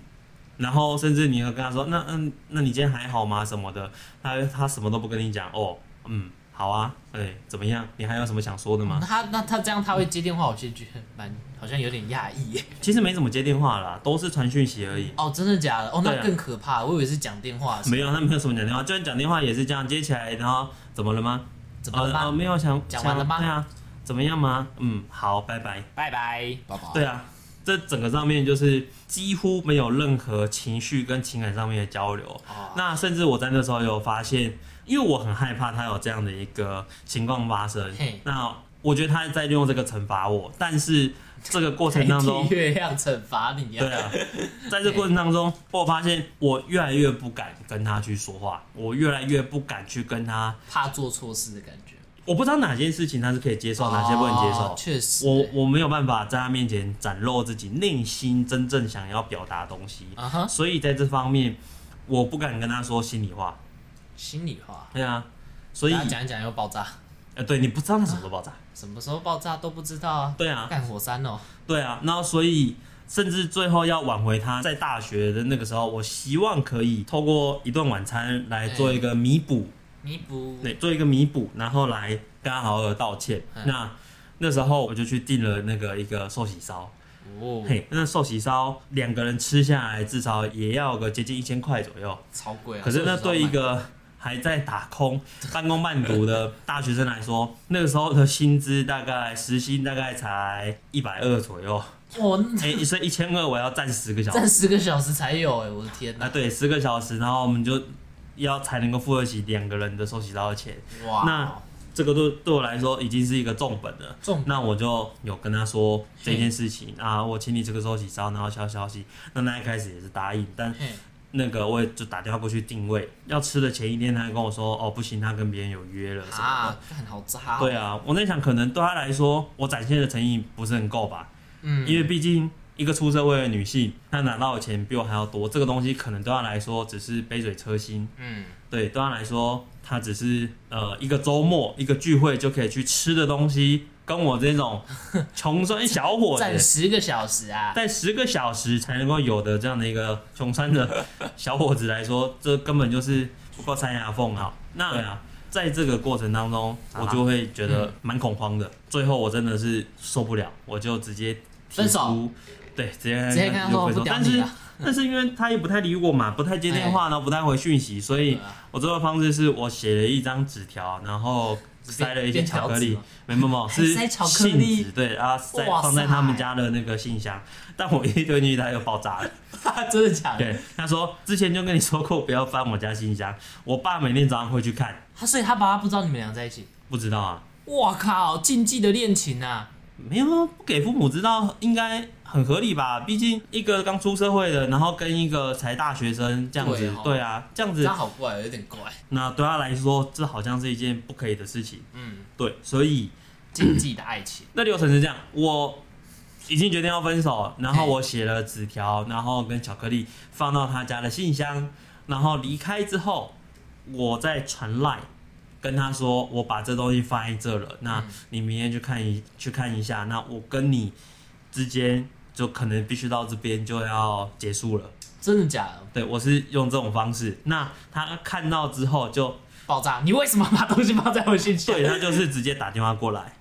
Speaker 3: 然后甚至你要跟他说，那嗯，那你今天还好吗？什么的，他他什么都不跟你讲，哦，嗯，好啊，哎，怎么样？你还有什么想说的吗
Speaker 2: 那？他那他这样他会接电话，我其实觉得蛮好像有点讶异耶。
Speaker 3: 其实没怎么接电话啦，都是传讯息而已。
Speaker 2: 哦，真的假的？哦，
Speaker 3: 对
Speaker 2: 那
Speaker 3: 啊
Speaker 2: 更可怕，我以为是讲电话的时候，
Speaker 3: 没有，他没有什么讲电话，就算讲电话也是这样接起来，然后怎么了吗？
Speaker 2: 怎么了
Speaker 3: 呃
Speaker 2: 吗？
Speaker 3: 呃没有想
Speaker 2: 讲完了吗
Speaker 3: 想对啊，怎么样吗？嗯，好，拜拜。
Speaker 2: 拜拜，拜拜。
Speaker 3: 对啊，这整个上面就是几乎没有任何情绪跟情感上面的交流。
Speaker 2: 哦
Speaker 3: 那甚至我在那时候有发现，因为我很害怕他有这样的一个情况发生
Speaker 2: 嘿。
Speaker 3: 那我觉得他在利用这个惩罚我，但是这个过程当 中
Speaker 2: 替，月亮惩罚你呀、
Speaker 3: 对啊，在这过程当中，我发现我越来越不敢跟他去说话，我越来越不敢去跟他。
Speaker 2: 怕做错事的感觉，
Speaker 3: 我不知道哪件事情他是可以接受，哪些不能接受
Speaker 2: 哦。确实，
Speaker 3: 我我没有办法在他面前展露自己内心真正想要表达的东西，
Speaker 2: 啊哈，
Speaker 3: 所以在这方面，我不敢跟他说心里话。
Speaker 2: 心里话，
Speaker 3: 对啊，所以
Speaker 2: 大家讲一啊讲又爆炸，
Speaker 3: 呃，对你不知道他什么时候爆炸。
Speaker 2: 什么时候爆炸都不知道啊，
Speaker 3: 对啊，
Speaker 2: 干火山哦，
Speaker 3: 对啊，然后所以甚至最后要挽回他在大学的那个时候，我希望可以透过一顿晚餐来做一个弥补，
Speaker 2: 弥补
Speaker 3: 对，做一个弥补，然后来跟他好好的道歉。
Speaker 2: 嗯
Speaker 3: 那那时候我就去订了那个一个寿喜烧。
Speaker 2: 哦，
Speaker 3: 嘿，那寿喜烧两个人吃下来至少也要个接近一千块左右，
Speaker 2: 超贵啊！
Speaker 3: 可是
Speaker 2: 这
Speaker 3: 那
Speaker 2: 种时
Speaker 3: 对一
Speaker 2: 候买
Speaker 3: 个还在打工、半工半读的大学生来说， 那个时候的薪资大概时薪大概才一百二左右，
Speaker 2: 哇，
Speaker 3: 哎、所以一千二我要站十个小
Speaker 2: 站
Speaker 3: 时
Speaker 2: 十个小时才有哎、我的天
Speaker 3: 啊，
Speaker 2: 哪！
Speaker 3: 对，十个小时，然后我们就要才能够付得起两个人的寿喜烧的钱，
Speaker 2: 哇，
Speaker 3: 那这个对对我来说已经是一个重本了。
Speaker 2: 重
Speaker 3: 那我就有跟他说这件事情啊，我请你这个时候洗烧，然后消消息。那那一开始也是答应，但
Speaker 2: 嘿
Speaker 3: 那个我也就打电话过去定位，要吃的前一天他还跟我说，哦不行，他跟别人有约了什么
Speaker 2: 啊，干好渣、
Speaker 3: 的。
Speaker 2: 哦，
Speaker 3: 对啊，我在想，可能对他来说，我展现的诚意不是很够吧，
Speaker 2: 嗯，
Speaker 3: 因为毕竟一个出社会的女性，她拿到的钱比我还要多，这个东西可能对她来说只是杯水车薪。
Speaker 2: 嗯，
Speaker 3: 对，对他来说，他只是呃一个周末一个聚会就可以去吃的东西，跟我这种穷酸小伙
Speaker 2: 站
Speaker 3: 子，
Speaker 2: 十个小时啊，
Speaker 3: 在十个小时才能够有的这样的一个穷酸的小伙子来说，这根本就是不够塞牙缝啊。那对啊，在这个过程当中，
Speaker 2: 好
Speaker 3: 我
Speaker 2: 啦
Speaker 3: 就会觉得蛮恐慌的。最后我真的是受不了，我就直接提
Speaker 2: 分手
Speaker 3: 出，对，直接
Speaker 2: 直接跟他
Speaker 3: 就
Speaker 2: 说
Speaker 3: 分
Speaker 2: 不啊
Speaker 3: 手
Speaker 2: 屌
Speaker 3: 但
Speaker 2: 你
Speaker 3: 是
Speaker 2: 了，
Speaker 3: 啊但是因为他也不太理我嘛，不太接电话，然后不太回讯息，所以
Speaker 2: 对啊
Speaker 3: 我最后的方式是我写了一张纸条，然后塞了一些巧克
Speaker 2: 变条纸
Speaker 3: 力
Speaker 2: 吗，
Speaker 3: 没没没，
Speaker 2: 还
Speaker 3: 是
Speaker 2: 塞巧克力
Speaker 3: 信纸对，然后塞
Speaker 2: 哇塞
Speaker 3: 放在他们家的那个信箱，但我一推进去它就爆 炸了。
Speaker 2: 真的假的？
Speaker 3: 对，他说之前就跟你说过不要翻我家信箱，我爸每天早上会去看，
Speaker 2: 他啊所以他爸爸不知道你们俩在一起，
Speaker 3: 不知道啊，
Speaker 2: 哇靠，禁忌的恋情啊，
Speaker 3: 没有不给父母知道应该很合理吧？毕竟一个刚出社会的，然后跟一个才大学生这样
Speaker 2: 对
Speaker 3: 子
Speaker 2: 哦，
Speaker 3: 对啊，这样
Speaker 2: 这
Speaker 3: 子
Speaker 2: 样好怪，有点怪，
Speaker 3: 那对他来说这好像是一件不可以的事情，
Speaker 2: 嗯，
Speaker 3: 对，所以。
Speaker 2: 禁忌的爱情，
Speaker 3: 那流程是这样，我已经决定要分手，然后我写了纸条，然后跟巧克力放到他家的信箱，然后离开之后，我再传赖跟跟他说，我把这东西放在这了，那你明天去看一去看一下，那我跟你之间就可能必须到这边就要结束了。
Speaker 2: 真的假的？
Speaker 3: 对我是用这种方式，那他看到之后就
Speaker 2: 爆炸！你为什么把东西放在我信箱？
Speaker 3: 对啊他就是直接打电话过来，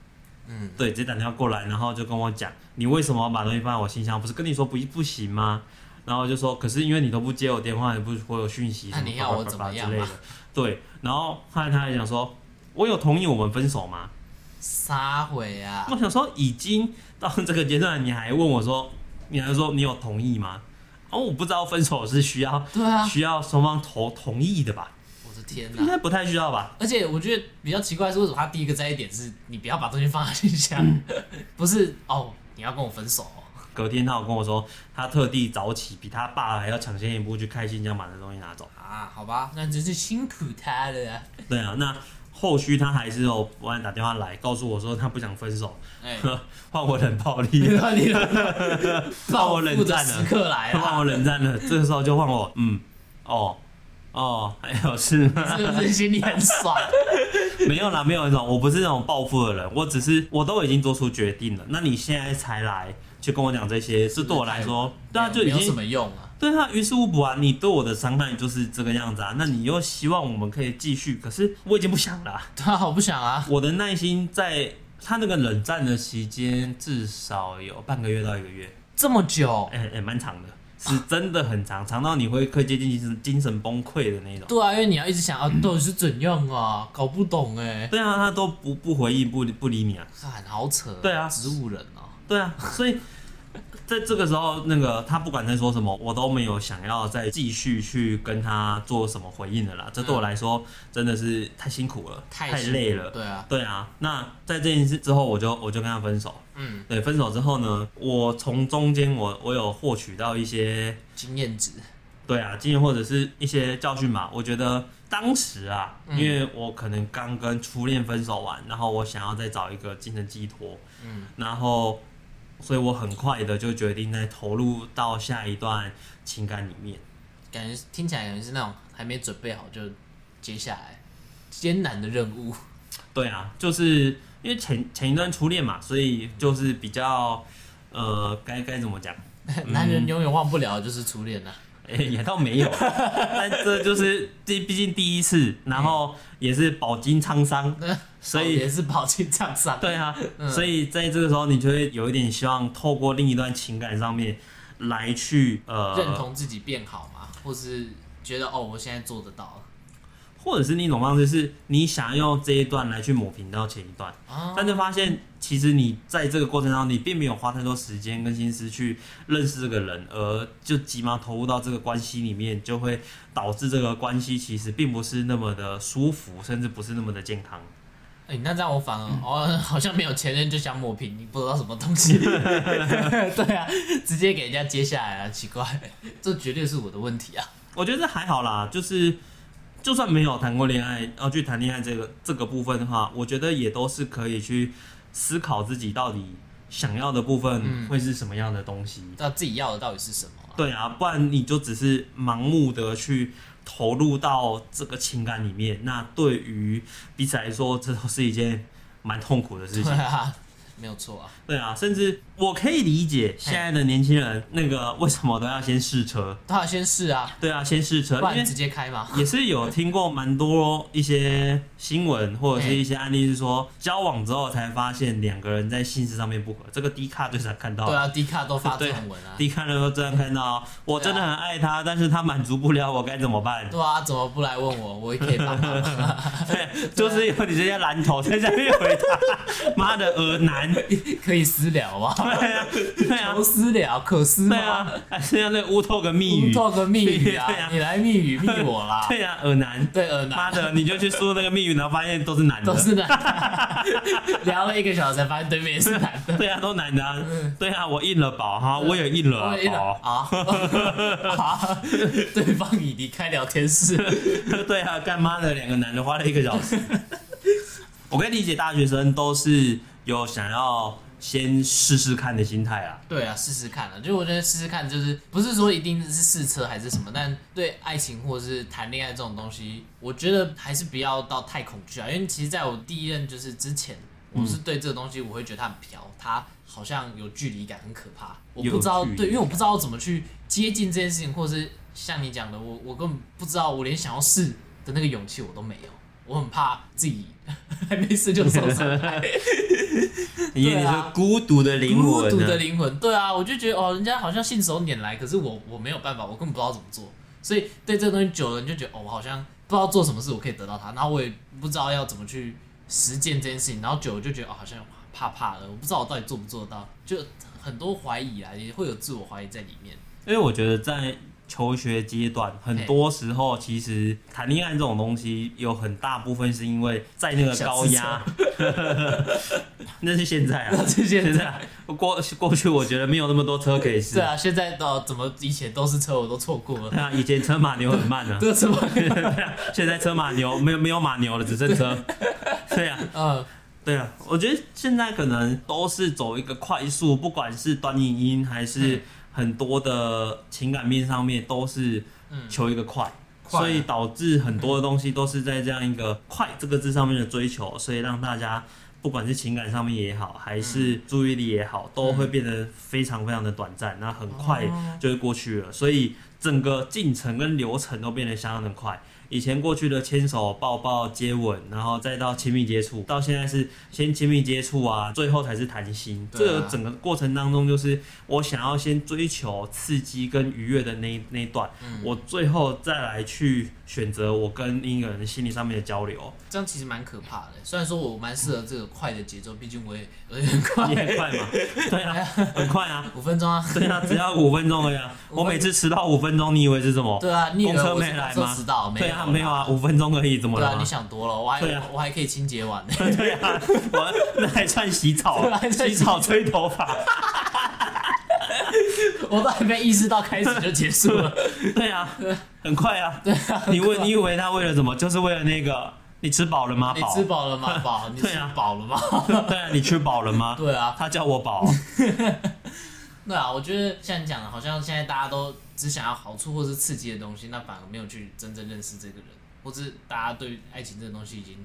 Speaker 2: 嗯，
Speaker 3: 对，直接打电话过来，然后就跟我讲，你为什么要把东西放在我信箱？不是跟你说不不行吗？然后我就说，可是因为你都不接我电话，也不回我讯息，
Speaker 2: 那你要我怎么样
Speaker 3: 之类
Speaker 2: 嘛
Speaker 3: 的。对，然后后来他还讲说，我有同意我们分手吗？
Speaker 2: 撒回啊！
Speaker 3: 我想说，已经到这个阶段，你还问我说，你还说你有同意吗？哦，我不知道分手是需要
Speaker 2: 对啊，
Speaker 3: 需要双方同同意的吧？
Speaker 2: 我的天
Speaker 3: 应
Speaker 2: 哪！
Speaker 3: 该不太需要吧？
Speaker 2: 而且我觉得比较奇怪的是，为什么他第一个在意点是你不要把东西放在信箱，
Speaker 3: 嗯
Speaker 2: 不是哦，你要跟我分手、哦？
Speaker 3: 隔天他有跟我说，他特地早起，比他爸还要抢先一步去开信箱把那东西拿走。
Speaker 2: 啊，好吧，那真是辛苦他了啊。
Speaker 3: 对啊，那后续他还是有不断打电话来告诉我说他不想分手，
Speaker 2: 哎、
Speaker 3: 换我冷 暴
Speaker 2: 你
Speaker 3: 力，
Speaker 2: 的 你的
Speaker 3: 我冷战
Speaker 2: 的
Speaker 3: 了
Speaker 2: 时刻来啊
Speaker 3: 换我
Speaker 2: 了，
Speaker 3: 冷战了。这个时候就换我，嗯，哦。哦，还有事吗？
Speaker 2: 是不是心里很爽？
Speaker 3: 没有啦，没有那种，我不是那种报复的人，我只是我都已经做出决定了。那你现在才来去跟我讲这些，是 对我来说，对啊，就
Speaker 2: 没
Speaker 3: 已
Speaker 2: 有什
Speaker 3: 经
Speaker 2: 么用啊。
Speaker 3: 对啊，于事无补啊！你对我的伤害就是这个样子啊，那你又希望我们可以继续，可是我已经不想了啊、
Speaker 2: 对啊，我不想啊。
Speaker 3: 我的耐心在他那个冷战的期间至少有半个月到一个月，
Speaker 2: 这么久，
Speaker 3: 哎、哎，蛮、长的，是真的很长，长到你会快接近精神精神崩溃的那种。
Speaker 2: 对啊，因为你要一直想啊，到底是怎样啊，搞不懂哎、
Speaker 3: 对啊，他都不不回应，不不理你啊。
Speaker 2: 看好扯。
Speaker 3: 对啊
Speaker 2: 植物人哦、
Speaker 3: 对啊，所以在这个时候，那个他不管在说什么，我都没有想要再继续去跟他做什么回应的啦。这对我来说真的是太辛苦了，太
Speaker 2: 辛苦
Speaker 3: 累了。
Speaker 2: 对啊，
Speaker 3: 对啊，那在这件事之后，我就我就跟他分手。
Speaker 2: 嗯，
Speaker 3: 对，分手之后呢，我从中间我我有获取到一些
Speaker 2: 经验值。
Speaker 3: 对啊经验或者是一些教训嘛。我觉得当时啊，因为我可能刚跟初恋分手完，然后我想要再找一个精神寄托，嗯，然后所以我很快的就决定再投入到下一段情感里面。
Speaker 2: 感觉听起来感觉是那种还没准备好就接下来艰难的任务。
Speaker 3: 对啊，就是因为前前一段初恋嘛，所以就是比较呃该该怎么讲。
Speaker 2: 男人永远忘不了的就是初恋呐、啊。
Speaker 3: 诶也倒没有，但这就是这毕竟第一次，然后也是饱经沧桑，所
Speaker 2: 哦也
Speaker 3: 以
Speaker 2: 是跑去唱上。
Speaker 3: 对啊，
Speaker 2: 嗯
Speaker 3: 所以在这个时候你就会有一点希望透过另一段情感上面来去
Speaker 2: 认
Speaker 3: 呃，
Speaker 2: 同自己变好嘛，或是觉得哦，我现在做得到
Speaker 3: 或者是另一种方式是你想要用这一段来去抹平到前一段，
Speaker 2: 啊，
Speaker 3: 但是发现其实你在这个过程当中你并没有花太多时间跟心思去认识这个人，而就急忙投入到这个关系里面，就会导致这个关系其实并不是那么的舒服，甚至不是那么的健康。
Speaker 2: 哎、那这样我反而、
Speaker 3: 嗯
Speaker 2: 哦， 好像没有前任就想抹平，你不知道什么东 西。 对啊，直接给人家接下来啊，奇怪， 这绝对是我的问题啊。
Speaker 3: 我觉得这还好啦，就是就算没有谈过恋爱，要去谈恋爱这个这个部分的话，我觉得也都是可以去思考自己到底想要的部分会是什么样的东西。
Speaker 2: 那自己要的到底是什么啊、
Speaker 3: 对啊，不然你就只是盲目的去投入到这个情感里面，那对于彼此来说，这都是一件蛮痛苦的事
Speaker 2: 对
Speaker 3: 情。
Speaker 2: 啊， 没有错啊。
Speaker 3: 对啊，甚至我可以理解现在的年轻人那个为什么都要先试车。
Speaker 2: 当然先试啊，
Speaker 3: 对啊，先试车，
Speaker 2: 不
Speaker 3: 因为
Speaker 2: 然直接开嘛。
Speaker 3: 也是有听过蛮多一些新闻或者是一些案例，是说交往之后才发现两个人在性事上面不合。这个低卡最常看到
Speaker 2: 对
Speaker 3: 的，
Speaker 2: 啊，迪卡都发这
Speaker 3: 对
Speaker 2: 种文啊。
Speaker 3: 低卡的时候最常看到，我真的很爱他，但是他满足不了我，该怎么办？
Speaker 2: 对啊，怎么不来问我？我也可以帮忙啊，
Speaker 3: 对，就是有你这些蓝头在下面回答，妈的恶男，
Speaker 2: 可以私聊啊，
Speaker 3: 对啊，对啊
Speaker 2: 求，私聊，可私
Speaker 3: 对
Speaker 2: 吗？
Speaker 3: 啊，还是要那乌透个密语，
Speaker 2: 透个密语
Speaker 3: 对啊
Speaker 2: 啊，你来密语密我啦。
Speaker 3: 对啊，恶男，
Speaker 2: 对，呃，
Speaker 3: 妈的，你就去输那个密语，然后发现都是男的，
Speaker 2: 都是男 的，聊了一个小时，发现对面也是男的。
Speaker 3: 对啊，都男的、啊。对啊，我印了宝哈，我也印了
Speaker 2: 嗯
Speaker 3: 啊
Speaker 2: 我一
Speaker 3: 宝。
Speaker 2: 啊啊！对方已离开聊天室，
Speaker 3: 对啊，干妈的两个男 的花了一个小时。我可以理解大学生都是有想要先试试看的心态啊。
Speaker 2: 对啊，试试看啊！就我觉得试试看，就是不是说一定是试车还是什么，但对爱情或者是谈恋爱这种东西，我觉得还是不要到太恐惧啊。因为其实在我第一任就是之前，我是对这个东西我会觉得它很飘，它好像有距离感，很可怕。我不知道
Speaker 3: 有距离
Speaker 2: 对，因为我不知道怎么去接近这件事情，或者是像你讲的，我我根本不知道，我连想要试的那个勇气我都没有，我很怕自己 还没试就受伤。
Speaker 3: 因为
Speaker 2: 对
Speaker 3: 你
Speaker 2: 啊
Speaker 3: 是孤独的灵魂、
Speaker 2: 孤
Speaker 3: 啊，
Speaker 2: 独的灵魂，对啊，我就觉得哦，人家好像信手拈来，可是我我没有办法，我根本不知道怎么做，所以对这个东西久了，你就觉得哦，我好像不知道做什么事我可以得到它，然后我也不知道要怎么去实践这件事情，然后久了就觉得哦，好像怕怕的，我不知道我到底做不做得到，就很多怀疑啊，也会有自我怀疑在里面。
Speaker 3: 因为我觉得在求学阶段，很多时候其实谈恋爱这种东西，有很大部分是因为在那个高压， 那是现在啊，
Speaker 2: 是现在
Speaker 3: 啊过过去我觉得没有那么多车可以试
Speaker 2: 对，啊，现在到怎么以前都是车我都错过了，
Speaker 3: 对啊，以前车马牛很慢啊，
Speaker 2: 这什么？啊
Speaker 3: 现在车马牛没有没有马牛了，只剩车，对啊，
Speaker 2: 嗯，
Speaker 3: 对啊，我觉得现在可能都是走一个快速，不管是短影音还是
Speaker 2: 嗯
Speaker 3: 很多的情感面上面，都是求一个快，
Speaker 2: 嗯快啊
Speaker 3: 所以导致很多的东西都是在这样一个“快”这个字上面的追求，所以让大家不管是情感上面也好，还
Speaker 2: 嗯
Speaker 3: 是注意力也好，都会变得非常非常的短暂，那很快
Speaker 2: 哦
Speaker 3: 就会过去了，所以整个进程跟流程都变得相当的快。以前过去的牵手、抱抱、接吻，然后再到亲密接触，到现在是先亲密接触啊，最后才是谈心。这
Speaker 2: 对啊
Speaker 3: 个整个过程当中，就是我想要先追求刺激跟愉悦的那一那一段，
Speaker 2: 嗯
Speaker 3: 我最后再来去选择我跟另一个人心理上面的交 流，
Speaker 2: 这样其实蛮可怕的。虽然说我蛮适合这个快的节奏，毕竟我也我也很快
Speaker 3: 你，很快嘛？对啊，很快啊。
Speaker 2: 五分钟啊。
Speaker 3: 对 啊，只要五分钟而已、啊。
Speaker 2: 五分
Speaker 3: 我每次迟到五分钟，你以为是什么？
Speaker 2: 对啊，你以为
Speaker 3: 公车
Speaker 2: 我是
Speaker 3: 没来
Speaker 2: 公车
Speaker 3: 吗
Speaker 2: 迟到，没
Speaker 3: 对
Speaker 2: 有
Speaker 3: 啊，
Speaker 2: 啦
Speaker 3: 没有啊，五分钟而已，怎么
Speaker 2: 对
Speaker 3: 了
Speaker 2: 啊，
Speaker 3: 吗？
Speaker 2: 你想多了，我还
Speaker 3: 对啊
Speaker 2: 我还可以清洁碗呢。
Speaker 3: 对啊，我那还算洗澡
Speaker 2: 对啊还，算
Speaker 3: 洗
Speaker 2: 洗
Speaker 3: 澡吹头发。
Speaker 2: 我都还没意识到开始就结束 了。
Speaker 3: 对啊，很快啊。对啊，你问你以为他为了什么？就是为了那个，你吃饱了吗？
Speaker 2: 你
Speaker 3: 饱。
Speaker 2: 吃饱了吗？饱，你
Speaker 3: 对
Speaker 2: 吃
Speaker 3: 啊
Speaker 2: 饱了吗？
Speaker 3: 对啊，你吃饱了吗？
Speaker 2: 对啊，
Speaker 3: 他叫 我饱。
Speaker 2: 对啊，我觉得像你讲的，好像现在大家都只想要好处或是刺激的东西，那反而没有去真正认识这个人，或是大家对于爱情这个东西已经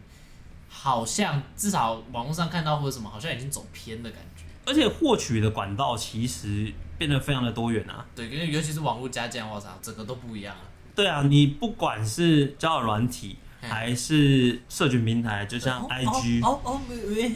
Speaker 2: 好像至少网络上看到或者什么，好像已经走偏的感觉。
Speaker 3: 而且获取的管道其实变得非常的多元啊。
Speaker 2: 对，因为尤其是网络加酱，我操，整个都不一样了。
Speaker 3: 对啊，你不管是交友软体
Speaker 2: 嗯
Speaker 3: 还是社群平台，就像
Speaker 2: 哦
Speaker 3: IG。
Speaker 2: 哦哦没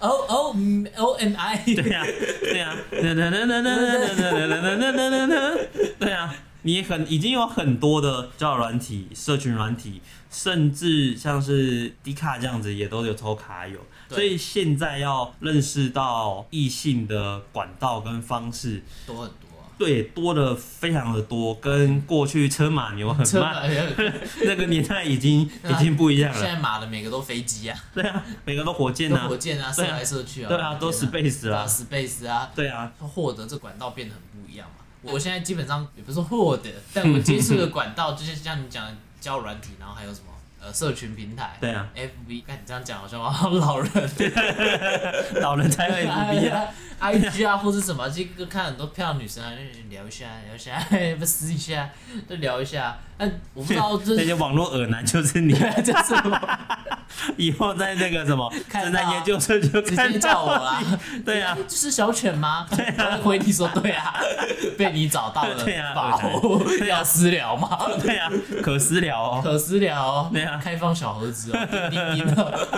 Speaker 2: 哦哦嗯 O M I，
Speaker 3: 对呀、对呀、对对对对对对对对对对对，对啊，你很已经有很多的交友软体、社群软体，甚至像是迪卡这样子，也都有抽卡友。
Speaker 2: 对
Speaker 3: 所以现在要认识到异性的管道跟方式，
Speaker 2: 多很多、啊。
Speaker 3: 对多的非常的多，跟过去车马牛很
Speaker 2: 车
Speaker 3: 慢
Speaker 2: 马也很
Speaker 3: 那个年代 已经已经不一样
Speaker 2: 现
Speaker 3: 了。
Speaker 2: 在马的每个都飞机啊，
Speaker 3: 对啊，每个都火箭
Speaker 2: 都
Speaker 3: 啊
Speaker 2: 火，箭啊，射
Speaker 3: 对啊
Speaker 2: 来射去啊，
Speaker 3: 对啊，都
Speaker 2: 火箭
Speaker 3: space
Speaker 2: 对啊
Speaker 3: 啦，
Speaker 2: ，space 啊，
Speaker 3: 对啊，
Speaker 2: 获得这管道变得很不一样嘛。我现在基本上也不是说获得，但我接触的管道就是像你讲的交友软体，然后还有什么呃社群平台，
Speaker 3: 对啊
Speaker 2: ，FB，看你这样讲好像我好老 人，
Speaker 3: 老人 才会 FB 啊。
Speaker 2: ，IG 啊或是什么，这个看很多漂亮女生啊，就聊一下聊一下，哎不撕一下，就聊一下。但我不知道这
Speaker 3: 那些网络耳男就 是你，
Speaker 2: 这是什么。
Speaker 3: 以后在那个什么
Speaker 2: 看
Speaker 3: 正
Speaker 2: 到啊
Speaker 3: 在研究社就
Speaker 2: 直
Speaker 3: 看
Speaker 2: 接叫
Speaker 3: 到
Speaker 2: 我 啦
Speaker 3: 你。对啊
Speaker 2: 哎，这是小犬吗？我就回你说对啊，被你找到了，
Speaker 3: 对啊
Speaker 2: 宝
Speaker 3: 对啊
Speaker 2: 要私聊吗？
Speaker 3: 对啊，可私聊哦。
Speaker 2: 可私聊哦，
Speaker 3: 对啊
Speaker 2: 开放小盒子哦，叮叮叮的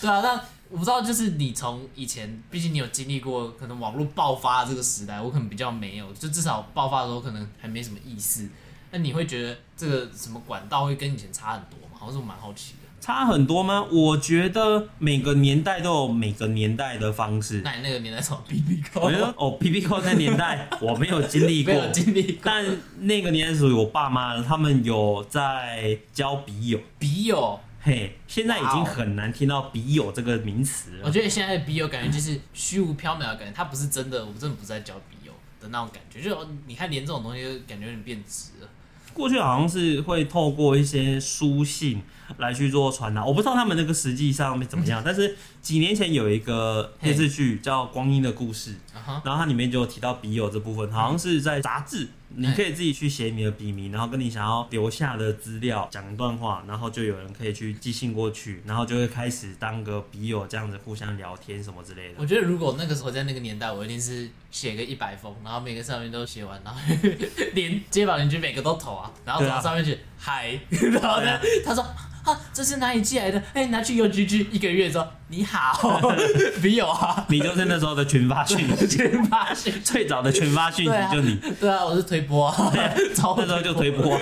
Speaker 2: 对啊，那我不知道，就是你从以前，毕竟你有经历过可能网络爆发这个时代，我可能比较没有，就至少爆发的时候可能还没什么意思。那你会觉得这个什么管道会跟以前差很多吗？好像是我蛮好奇的。
Speaker 3: 差很多吗？我觉得每个年代都有每个年代的方式。
Speaker 2: 那你那个年代什么 B B 扣
Speaker 3: 我觉？得哦，P P Q 那年代 我没有经历
Speaker 2: 没
Speaker 3: 过，
Speaker 2: 有经历过
Speaker 3: 但那个年代属于我爸妈的，他们有在交笔友。
Speaker 2: 笔友，
Speaker 3: 嘿，现在已
Speaker 2: 哇哦
Speaker 3: 经很难听到笔友这个名词
Speaker 2: 我
Speaker 3: 了。
Speaker 2: 觉得现在的笔友感觉就是虚无缥缈的感觉，它不是真的，我们真的不是在教笔友的那种感觉。就是你看，连这种东西就感觉有点变质了。
Speaker 3: 过去好像是会透过一些书信来去做传达，我不知道他们那个实际上面怎 么样，但是几年前有一个电视剧叫《光阴的故事》，
Speaker 2: 啊哈，
Speaker 3: 然后它里面就有提到笔友这部分，好像是在杂志，你可以自己去写你的笔名，然后跟你想要留下的资料讲一段话，然后就有人可以去寄信过去，然后就会开始当个笔友这样子互相聊天什么之类的
Speaker 2: 我。觉得如果那个时候在那个年代，我一定是写个一百封，然后每个上面都写完，然后 连街坊邻居每个都投啊，然后
Speaker 3: 对
Speaker 2: 走
Speaker 3: 啊
Speaker 2: 到上面去嗨， 然后呢，他说啊，这是哪里寄来的？哎，拿去邮局去一个月之后，你好， 没有啊，
Speaker 3: 你就是那时候的群发讯息，
Speaker 2: 群发 讯，
Speaker 3: 最早的群发讯
Speaker 2: 对啊
Speaker 3: 息就你，
Speaker 2: 对啊，我是推播啊， 超
Speaker 3: 那时候就推 播，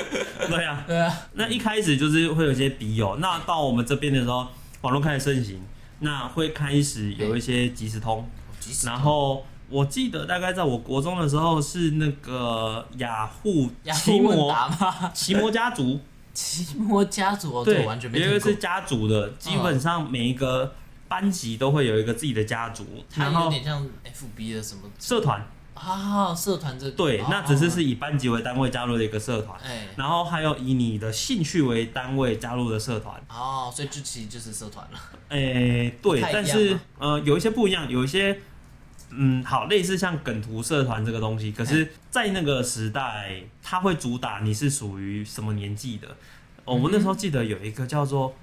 Speaker 3: 对啊。
Speaker 2: 对啊，
Speaker 3: 那一开始就是会有一些笔友，那到我们这边的时候，网络开始盛行，那会开始有一些即时通，
Speaker 2: 即时
Speaker 3: 然后。我记得大概在我国中的时候是那个雅虎
Speaker 2: 雅
Speaker 3: 奇
Speaker 2: 虎问
Speaker 3: 摩
Speaker 2: 答吗？
Speaker 3: 奇摩家族，
Speaker 2: 奇摩家族哦，这
Speaker 3: 对，
Speaker 2: 我完全没
Speaker 3: 有一
Speaker 2: 听
Speaker 3: 个
Speaker 2: 过
Speaker 3: 是。家族的，基本上每一个班级都会有一个自己的家族，
Speaker 2: 它
Speaker 3: 然
Speaker 2: 有
Speaker 3: 后
Speaker 2: 点像 FB 的什么
Speaker 3: 社团，
Speaker 2: 啊，社团这个
Speaker 3: 对，
Speaker 2: 哦
Speaker 3: 那只是是以班级为单位加入的一个社团，
Speaker 2: 哎
Speaker 3: 然后还有以你的兴趣为单位加入的社团，
Speaker 2: 哦，所以这其实就是社团 了。
Speaker 3: 诶、哎对，
Speaker 2: 太一样啊
Speaker 3: 但是
Speaker 2: 吗
Speaker 3: 呃，有一些不一样，有一些嗯，好，类似像梗图社团这个东西，可
Speaker 2: 哎
Speaker 3: 是，在那个时代，它会主打你是属于什么年纪的。哦我们那时候记得有一个叫做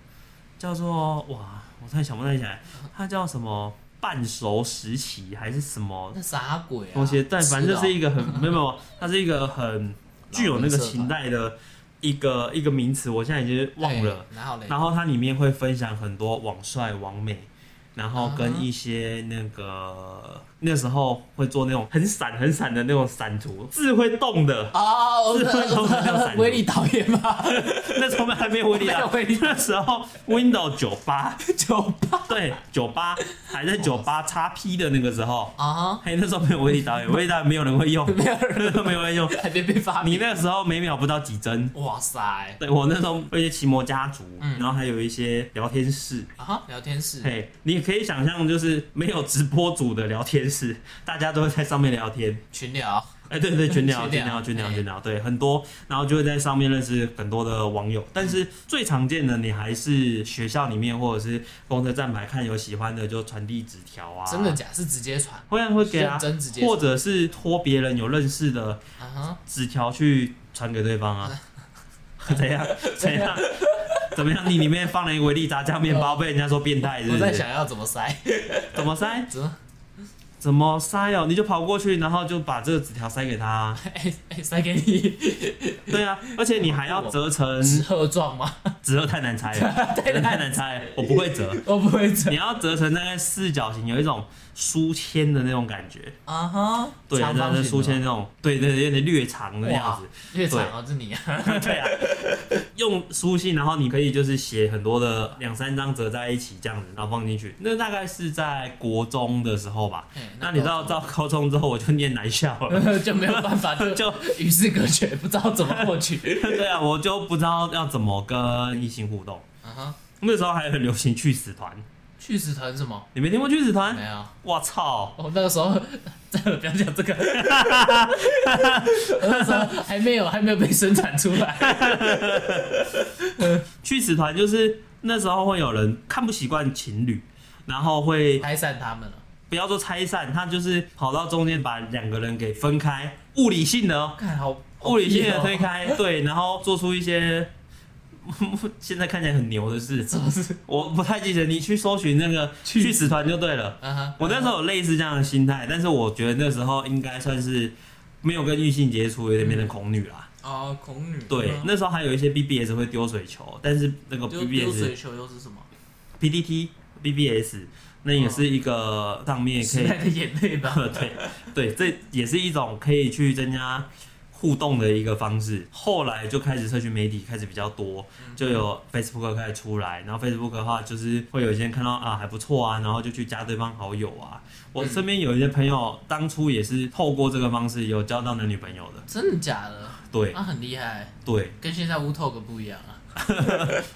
Speaker 3: 叫做哇，我突然想不太起来，它叫什么半熟时期还是什么
Speaker 2: 那啥鬼啊？
Speaker 3: 东西？但反正就是
Speaker 2: 一
Speaker 3: 一个 很没有没有，它是一个很具有那个情代的一个一个名词，我现在已
Speaker 2: 哦
Speaker 3: 经忘了。，
Speaker 2: 然哎后嘞，
Speaker 3: 然后它里面会分享很多网帅、网美，然后跟一些那个、那时候会做那种很闪很闪的那种闪图，字会动的。
Speaker 2: 啊，我知道
Speaker 3: 是
Speaker 2: 我知道威力导演吧？
Speaker 3: 那时候还没有威力
Speaker 2: 没
Speaker 3: 啊
Speaker 2: 有威力，
Speaker 3: 那时候 Windows 九八，
Speaker 2: 酒吧
Speaker 3: 对，九八还在九八 XP 的那个时候，
Speaker 2: 啊，
Speaker 3: 嘿，那时候没有威力导演，威力导演没有人会用，
Speaker 2: 没有人
Speaker 3: 那时候没有人用。
Speaker 2: 还没被发
Speaker 3: 你
Speaker 2: 明。
Speaker 3: 那时候每秒不到几帧。
Speaker 2: 哇塞
Speaker 3: 对我那时候有一些奇摩家族，
Speaker 2: 嗯
Speaker 3: 然后还有一些聊天室，
Speaker 2: 啊哈，聊天室
Speaker 3: 嘿，你也可以想象，就是没有直播组的聊天室， 大家都会在上面聊天。
Speaker 2: 群聊，
Speaker 3: 哎、对对，群聊、
Speaker 2: 群
Speaker 3: 群
Speaker 2: 聊
Speaker 3: 聊、群聊、
Speaker 2: 嘿
Speaker 3: 群聊，对，很多，然后就会在上面认识很多的网友。但
Speaker 2: 嗯
Speaker 3: 是最常见的，你还是学校里面或者是公车站牌看有喜欢的就传递纸条啊，
Speaker 2: 真的假是直接传
Speaker 3: 会啊会给啊
Speaker 2: 认真直，接
Speaker 3: 或者是托别人有认识的
Speaker 2: 啊哈？
Speaker 3: 纸条去传给对方啊， 怎样怎样怎么样？你里面放了一个维力炸酱面包，被人家说变态是不
Speaker 2: 哦我
Speaker 3: 是？
Speaker 2: 在想要怎么塞，
Speaker 3: 怎么塞？
Speaker 2: 怎么
Speaker 3: 怎么塞哦？你就跑过去，然后就把这个纸条塞给 他。
Speaker 2: 哎哎塞给你
Speaker 3: 对啊，而且你还要折 成，
Speaker 2: 纸鹤状吗？
Speaker 3: 折了太难拆 了，折了太难拆了，我不会折。
Speaker 2: 我不会折
Speaker 3: 你要折成大概四角形，有一种书签的那种感觉。
Speaker 2: 啊哈，
Speaker 3: 对，
Speaker 2: 长
Speaker 3: 那
Speaker 2: 方
Speaker 3: 那
Speaker 2: 形
Speaker 3: 书
Speaker 2: 的
Speaker 3: 签那种，对对对，有点略长的样 子。
Speaker 2: 越长哦，是你啊，
Speaker 3: 对啊，用书信，然后你可以就是写很多的两三张折在一起这样子，然后放进去。那大概是在国中的时候吧
Speaker 2: 嘿。
Speaker 3: 那你到到高中之后，我就念男校 了。
Speaker 2: 就没有办法，就
Speaker 3: 就
Speaker 2: 与世隔绝，不知道怎么获取。
Speaker 3: 对啊，我就不知道要怎么跟异性互动。
Speaker 2: 啊哈，
Speaker 3: 那时候还很流行去死团，
Speaker 2: 去死团是什么？
Speaker 3: 你没听过去死
Speaker 2: 没
Speaker 3: 团？
Speaker 2: 有，哦
Speaker 3: 我操！
Speaker 2: 我那个时候， 真的不要讲这 个，我那时候还没有还没有被生产出来。
Speaker 3: 去死团就是那时候会有人看不习惯情侣，然后会
Speaker 2: 拆散他们了，
Speaker 3: 不要说拆散，他就是跑到中间把两个人给分开，物理性的、哦，
Speaker 2: 看好哦
Speaker 3: 物理性的推，
Speaker 2: 好
Speaker 3: 开，对，然后做出一些 现在看起来很牛的事。
Speaker 2: 屁哦什么事？
Speaker 3: 我不太记得，你去搜寻那个去死团就对了。
Speaker 2: 啊哈，
Speaker 3: 我那时候有类似这样的心态，但是我觉得那时候应该算是没有跟异性接触，有点变成恐女啦。
Speaker 2: 哦，恐女
Speaker 3: 对，那时候还有一些 BBS 会丢水球，但是那个
Speaker 2: 丢丢
Speaker 3: BBS
Speaker 2: 水球又是什么？
Speaker 3: PDT BBS 那也是一个上面可
Speaker 2: 时
Speaker 3: 以
Speaker 2: 代的眼泪 吧。
Speaker 3: 对对，这也是一种可以去增加互动的一个方式。后来就开始社群媒体开始比较多，就有 Facebook 开始出来，然后 Facebook 的话就是会有一些人看到啊还不错啊，然后就去加对方好友啊。我身边有一些朋友当初也是透过这个方式有交到男女朋友的，
Speaker 2: 真的假的？
Speaker 3: 对
Speaker 2: 那很厉害，
Speaker 3: 对，
Speaker 2: 跟现在乌 talk 不一样啊！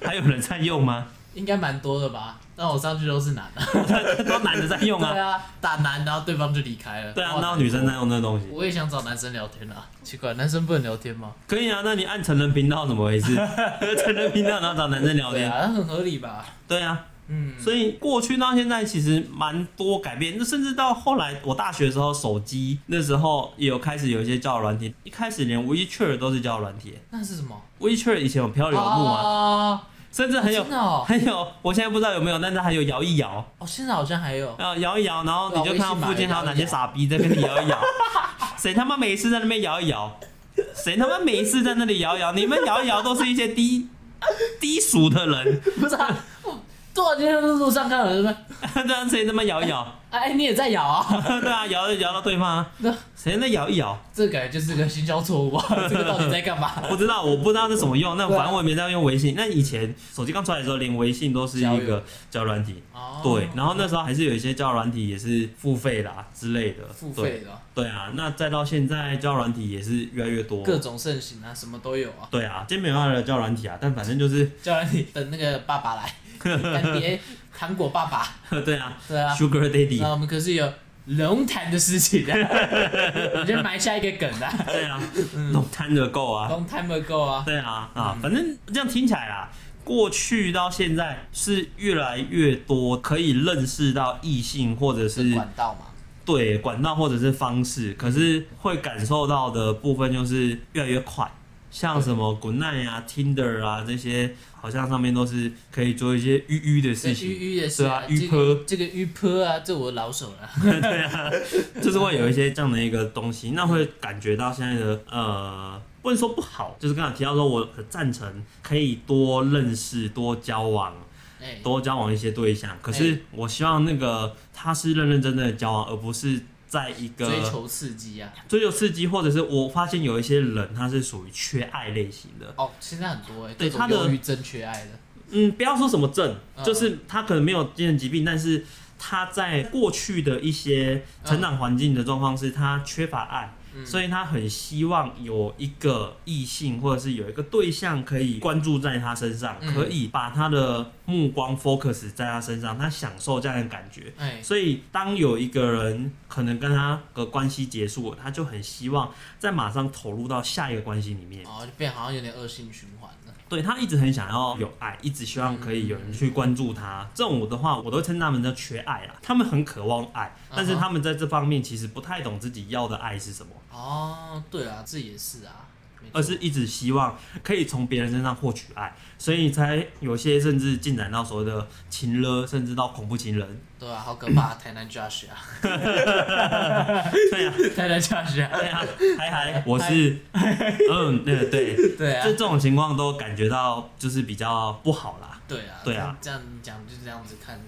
Speaker 3: 还有人在用吗？
Speaker 2: 应该蛮多的吧？但我上去都是男的，
Speaker 3: 都男的在用
Speaker 2: 对
Speaker 3: 啊。
Speaker 2: 啊，打男的，然后对方就离开了。
Speaker 3: 对啊
Speaker 2: 哇，
Speaker 3: 那有女生在用这东西，
Speaker 2: 我也想找男生聊天啊，奇怪，男生不能聊天吗？
Speaker 3: 可以啊。那你按成人频道怎么回 事？成人频道然后找男生聊
Speaker 2: 对
Speaker 3: 天，
Speaker 2: 啊，那很合理吧？
Speaker 3: 对啊。
Speaker 2: 嗯，
Speaker 3: 所以过去到现在其实蛮多改变，那甚至到后来我大学的时候，手机那时候也有开始有一些交友软体，一开始连 WeChat 都是交友软体
Speaker 2: 那是什么？
Speaker 3: ，WeChat 以前有漂流木啊，
Speaker 2: 啊，
Speaker 3: 甚至还有
Speaker 2: 真的 哦，
Speaker 3: 还有，我现在不知道有没有，但是还有摇一摇，
Speaker 2: 哦，现在好像还有，
Speaker 3: 啊，摇一摇，然后你就看到附近还有哪些傻逼在跟你摇 一摇，谁他妈每一次在那边摇一摇，谁他妈每一次在那里摇一摇，你们摇一摇都是一些低低俗的人，
Speaker 2: 不是啊，哦多少天路上看到人们，
Speaker 3: 对啊，谁他妈摇一摇，
Speaker 2: 哎，你也在咬啊？
Speaker 3: 对啊，摇一摇到对方啊
Speaker 2: 那，
Speaker 3: 谁在摇一摇？
Speaker 2: 这感觉就是个行销错误吧？ 这个到底在干嘛？
Speaker 3: 不知道，我不知道是什么用，那
Speaker 2: 啊
Speaker 3: 反正我也没在用微信。那以前手机刚出来的时候，连微信都是一个交友软体，
Speaker 2: 哦
Speaker 3: 对，然后那时候还是有一些交友软体也是付费啦之类的，
Speaker 2: 付
Speaker 3: 对
Speaker 2: 费的哦，
Speaker 3: 对啊，那再到现在交友软体也是越来越多，
Speaker 2: 各种盛行啊，什么都有啊。
Speaker 3: 对啊，今天没有办法交友软体啊，但反正就是
Speaker 2: 叫你等那个爸爸来， 干爹糖果爸爸，
Speaker 3: 对啊
Speaker 2: 对啊，
Speaker 3: ，Sugar
Speaker 2: 那
Speaker 3: Daddy，
Speaker 2: 我们可是有龙潭的事情 啊，我就埋下一个梗啊
Speaker 3: 对啊，弄摊着够啊，
Speaker 2: ，Long time ago 啊，
Speaker 3: 对啊啊，反正这样听起来啦，过去到现在是越来越多可以认识到异性或者
Speaker 2: 是
Speaker 3: 是
Speaker 2: 管道嘛，
Speaker 3: 对管道或者是方式，可是会感受到的部分就是越来越快，像什么 Goodnight 啊、Tinder 啊这些，好像上面都是可以做一些迂迂的
Speaker 2: 这
Speaker 3: 事情。
Speaker 2: 鱼鱼也是
Speaker 3: 对啊
Speaker 2: 这
Speaker 3: 鱼
Speaker 2: 个
Speaker 3: 泼
Speaker 2: 这个鱼泼啊，这我老手 了，
Speaker 3: 对啊，就是会有一些这样的一个东西，那会感觉到现在的呃，不能说不好，就是刚才提到说，我很赞成可以多认识、多交往、
Speaker 2: 哎，
Speaker 3: 多交往一些对象，可是我希望那个他是认认真真的交往，而不是在一个
Speaker 2: 追求刺激啊，
Speaker 3: 追求刺激，或者是我发现有一些人他是属于缺爱类型的，
Speaker 2: 哦，现在很多哎，
Speaker 3: 对
Speaker 2: 各种
Speaker 3: 他的
Speaker 2: 忧郁症缺爱的，
Speaker 3: 嗯，不要说什么症，
Speaker 2: 嗯
Speaker 3: 就是他可能没有精神疾病，但是他在过去的一些成长环境的状况是他缺乏爱，
Speaker 2: 嗯
Speaker 3: 所以他很希望有一个异性或者是有一个对象可以关注在他身上，
Speaker 2: 嗯
Speaker 3: 可以把他的目光 focus 在他身上，他享受这样的感觉。
Speaker 2: 哎，
Speaker 3: 所以，当有一个人可能跟他的关系结束了，他就很希望再马上投入到下一个关系里面。
Speaker 2: 哦，就变好像有点恶性循环了，
Speaker 3: 对他一直很想要有爱，一直希望可以有人去关注他。这种我的话，我都称他们叫缺爱啦。他们很渴望爱，但是
Speaker 2: 嗯哼
Speaker 3: 他们在这方面其实不太懂自己要的爱是什么，
Speaker 2: 哦，对啊，这也是啊，没错
Speaker 3: 而是一直希望可以从别人身上获取爱，所以才有些甚至进展到所谓的情勒，甚至到恐怖情人。
Speaker 2: 对啊，好可怕，台南 Josh 啊，
Speaker 3: 对呀、啊，
Speaker 2: 台南 Josh 啊，
Speaker 3: 对呀、啊，嗨嗨，我是，嗯，对对，
Speaker 2: 对啊
Speaker 3: 这，这种情况都感觉到就是比较不好啦。
Speaker 2: 对啊，
Speaker 3: 对啊
Speaker 2: 这样讲就是这样子看，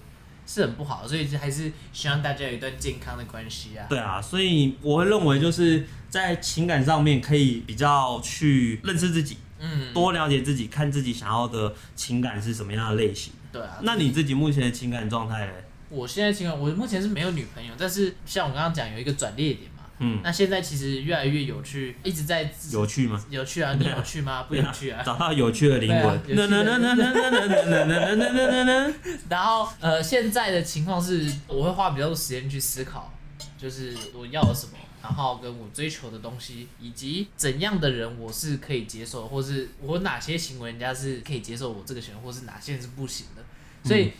Speaker 2: 是很不好，所以就还是希望大家有一段健康的关系啊。
Speaker 3: 对啊，所以我会认为就是在情感上面可以比较去认识自己，
Speaker 2: 嗯，
Speaker 3: 多了解自己，看自己想要的情感是什么样的类型。
Speaker 2: 对啊。
Speaker 3: 那你自己目前的情感状态嘞？
Speaker 2: 我现在情况，我目前是没有女朋友，但是像我刚刚讲有一个转捩点嘛，
Speaker 3: 嗯，
Speaker 2: 那现在其实越来越有趣，一直在
Speaker 3: 有趣吗？
Speaker 2: 有趣啊，你 有趣吗？不有趣啊。
Speaker 3: 找到有趣的灵魂。
Speaker 2: 对啊有趣的
Speaker 3: 呢
Speaker 2: 然后呃，现在的情况是，我会花比较多时间去思考，就是我要了什么，然后跟我追求的东西，以及怎样的人我是可以接受，或是我哪些行为人家是可以接受我这个行为，或是哪些人是不行的。所以、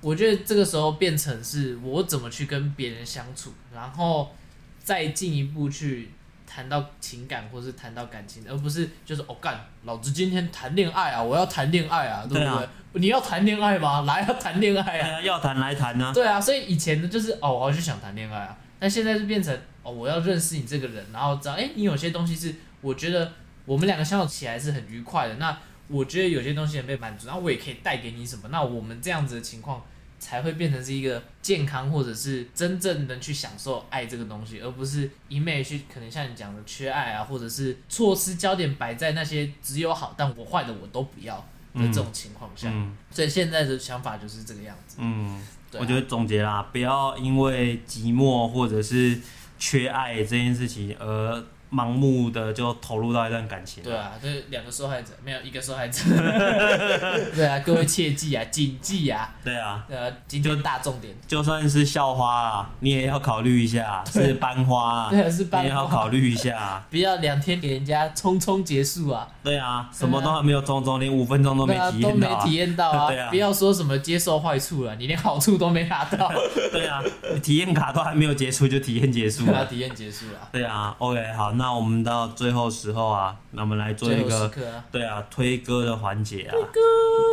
Speaker 2: 我觉得这个时候变成是我怎么去跟别人相处，然后再进一步去。谈到情感，或是谈到感情，而不是就是哦干，老子今天谈恋爱啊，我要谈恋爱啊，对不对？
Speaker 3: 对啊
Speaker 2: 你要谈恋爱吗？来啊，谈恋爱啊！
Speaker 3: 要谈来谈呢。
Speaker 2: 对啊，所以以前呢就是哦，我要去想谈恋爱啊，但现在就变成哦，我要认识你这个人，然后知道哎，你有些东西是我觉得我们两个相处起来是很愉快的，那我觉得有些东西能被满足，然后我也可以带给你什么，那我们这样子的情况才会变成是一个健康或者是真正能去享受爱这个东西，而不是一昧去可能像你讲的缺爱啊，或者是错失焦点摆在那些只有好但我坏的我都不要的这种情况下，
Speaker 3: 嗯
Speaker 2: 所以现在的想法就是这个样子。
Speaker 3: 嗯，
Speaker 2: 对啊
Speaker 3: 我觉得总结啦，不要因为寂寞或者是缺爱这件事情而盲目的就投入到一段感情。
Speaker 2: 对啊，这两个受害者没有一个受 害者。对啊，各位切记啊，谨记啊。
Speaker 3: 对啊，
Speaker 2: 呃，今天大重点，
Speaker 3: 就算是校花啊，你也要考虑一下；是班花啊，
Speaker 2: 对啊是班花
Speaker 3: 你也要考虑一下。
Speaker 2: 不要两天给人家匆匆结束啊，
Speaker 3: 对啊，什么都还没有中中，连五分钟都没
Speaker 2: 对啊
Speaker 3: 体
Speaker 2: 都
Speaker 3: 验
Speaker 2: 没
Speaker 3: 到啊。
Speaker 2: 体验到
Speaker 3: 对啊
Speaker 2: 不要说什么接受坏处了，你连好处都没拿 到，
Speaker 3: 对啊，你体验卡都还没有结束就体验结束
Speaker 2: 对啊，
Speaker 3: 了。
Speaker 2: 体验结束了，
Speaker 3: 对啊，OK，好，那我们到最后时候啊，那我们来做
Speaker 2: 最
Speaker 3: 一
Speaker 2: 后时
Speaker 3: 个
Speaker 2: 刻啊，
Speaker 3: 对啊推歌的环节啊。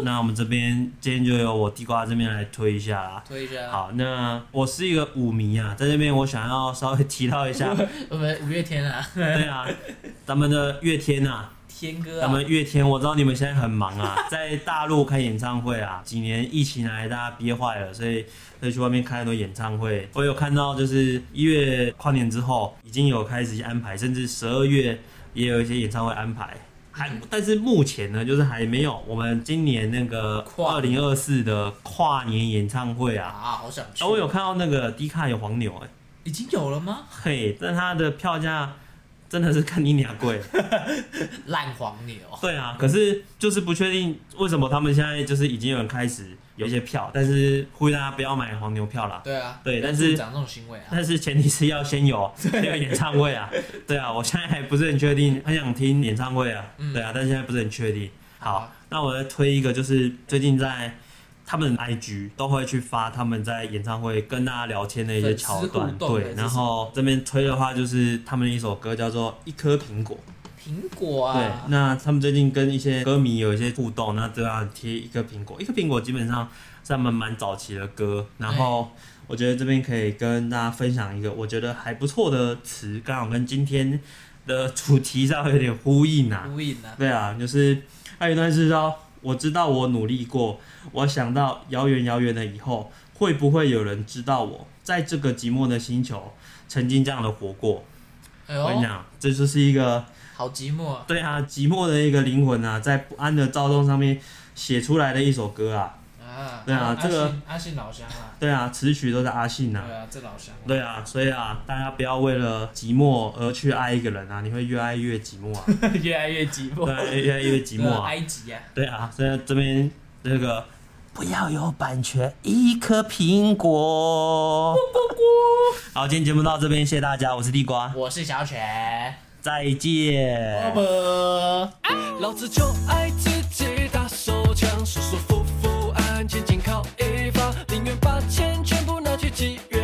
Speaker 3: 那我们这边今天就由我地瓜这边来推一下啦。
Speaker 2: 推一下啊。
Speaker 3: 好，那我是一个舞迷啊，在这边我想要稍微提到一下，
Speaker 2: 我们五月天啊，
Speaker 3: 对啊，咱们的乐天啊，
Speaker 2: 天哥
Speaker 3: 咱
Speaker 2: 啊，
Speaker 3: 们乐天，我知道你们现在很忙啊， 在大陆开演唱会啊，几年疫情来，大家憋坏了，所以所以去外面开很多演唱会。我有看到，就是一月跨年之后，已经有开始安排，甚至十二月也有一些演唱会安排。还，但是目前呢，就是还没有我们今年那个
Speaker 2: 跨
Speaker 3: 二零二四的跨年演唱会啊。
Speaker 2: 啊，好想去
Speaker 3: 啊，，我有看到那个迪卡有黄牛、欸，
Speaker 2: 已经有了吗？
Speaker 3: 嘿，但它的票价真的是看你俩贵。
Speaker 2: 烂黄牛，
Speaker 3: 对啊，可是就是不确定为什么他们现在就是已经有人开始有一些票，但是呼吁大家不要买黄牛票啦。
Speaker 2: 对啊，
Speaker 3: 对但是
Speaker 2: 长这种行为啊，
Speaker 3: 但是前提是要 先有先有演唱会啊，对啊，我现在还不是很确定，很想听演唱会啊，对啊，但现在不是很确定。
Speaker 2: 嗯好
Speaker 3: 好
Speaker 2: 啊，
Speaker 3: 那我再推一个，就是最近在他们的 IG 都会去发他们在演唱会跟大家聊天的一些桥
Speaker 2: 粉丝
Speaker 3: 段，
Speaker 2: 互动还
Speaker 3: 对
Speaker 2: 是。什么
Speaker 3: 然后这边推的话，就是他们的一首歌叫做《一颗苹果》。
Speaker 2: 苹果
Speaker 3: 对
Speaker 2: 啊，，
Speaker 3: 那他们最近跟一些歌迷有一些互动，那都要贴一颗苹果。一颗苹果基本上是他们蛮早期的歌，然后我觉得这边可以跟大家分享一个我觉得还不错的词，刚好跟今天的主题稍微有点呼应啊。
Speaker 2: 无影啊，
Speaker 3: 对啊，就是还有一段是说，我知道我努力过，我想到遥远遥远的以后，会不会有人知道我在这个寂寞的星球曾经这样的活过？
Speaker 2: 哎
Speaker 3: 我跟你
Speaker 2: 呦，
Speaker 3: 讲，这就是一个。
Speaker 2: 好寂寞啊，
Speaker 3: 对啊，寂寞的一个灵魂啊，在不安的躁动上面写出来的一首歌啊。
Speaker 2: 啊
Speaker 3: 对啊
Speaker 2: 阿
Speaker 3: 这个
Speaker 2: 信阿信老乡啊，
Speaker 3: 对啊，词曲都是阿信啊。
Speaker 2: 对啊，这老乡啊，
Speaker 3: 对啊，所以啊，大家不要为了寂寞而去爱一个人啊，你会越爱越寂 寞啊，
Speaker 2: 越来越寂寞，
Speaker 3: 对，越爱越寂寞
Speaker 2: 对啊
Speaker 3: 啊。
Speaker 2: 埃及啊，
Speaker 3: 对啊，所以这边这个不要有版权，一颗苹果。好，今天节目到这边，谢谢大家，我是地瓜，
Speaker 2: 我是小犬，
Speaker 3: 再见。
Speaker 2: 哦拜拜。
Speaker 1: 老子就爱自己打手枪，舒舒服服，安安静静靠一发，宁愿把钱全部拿去给予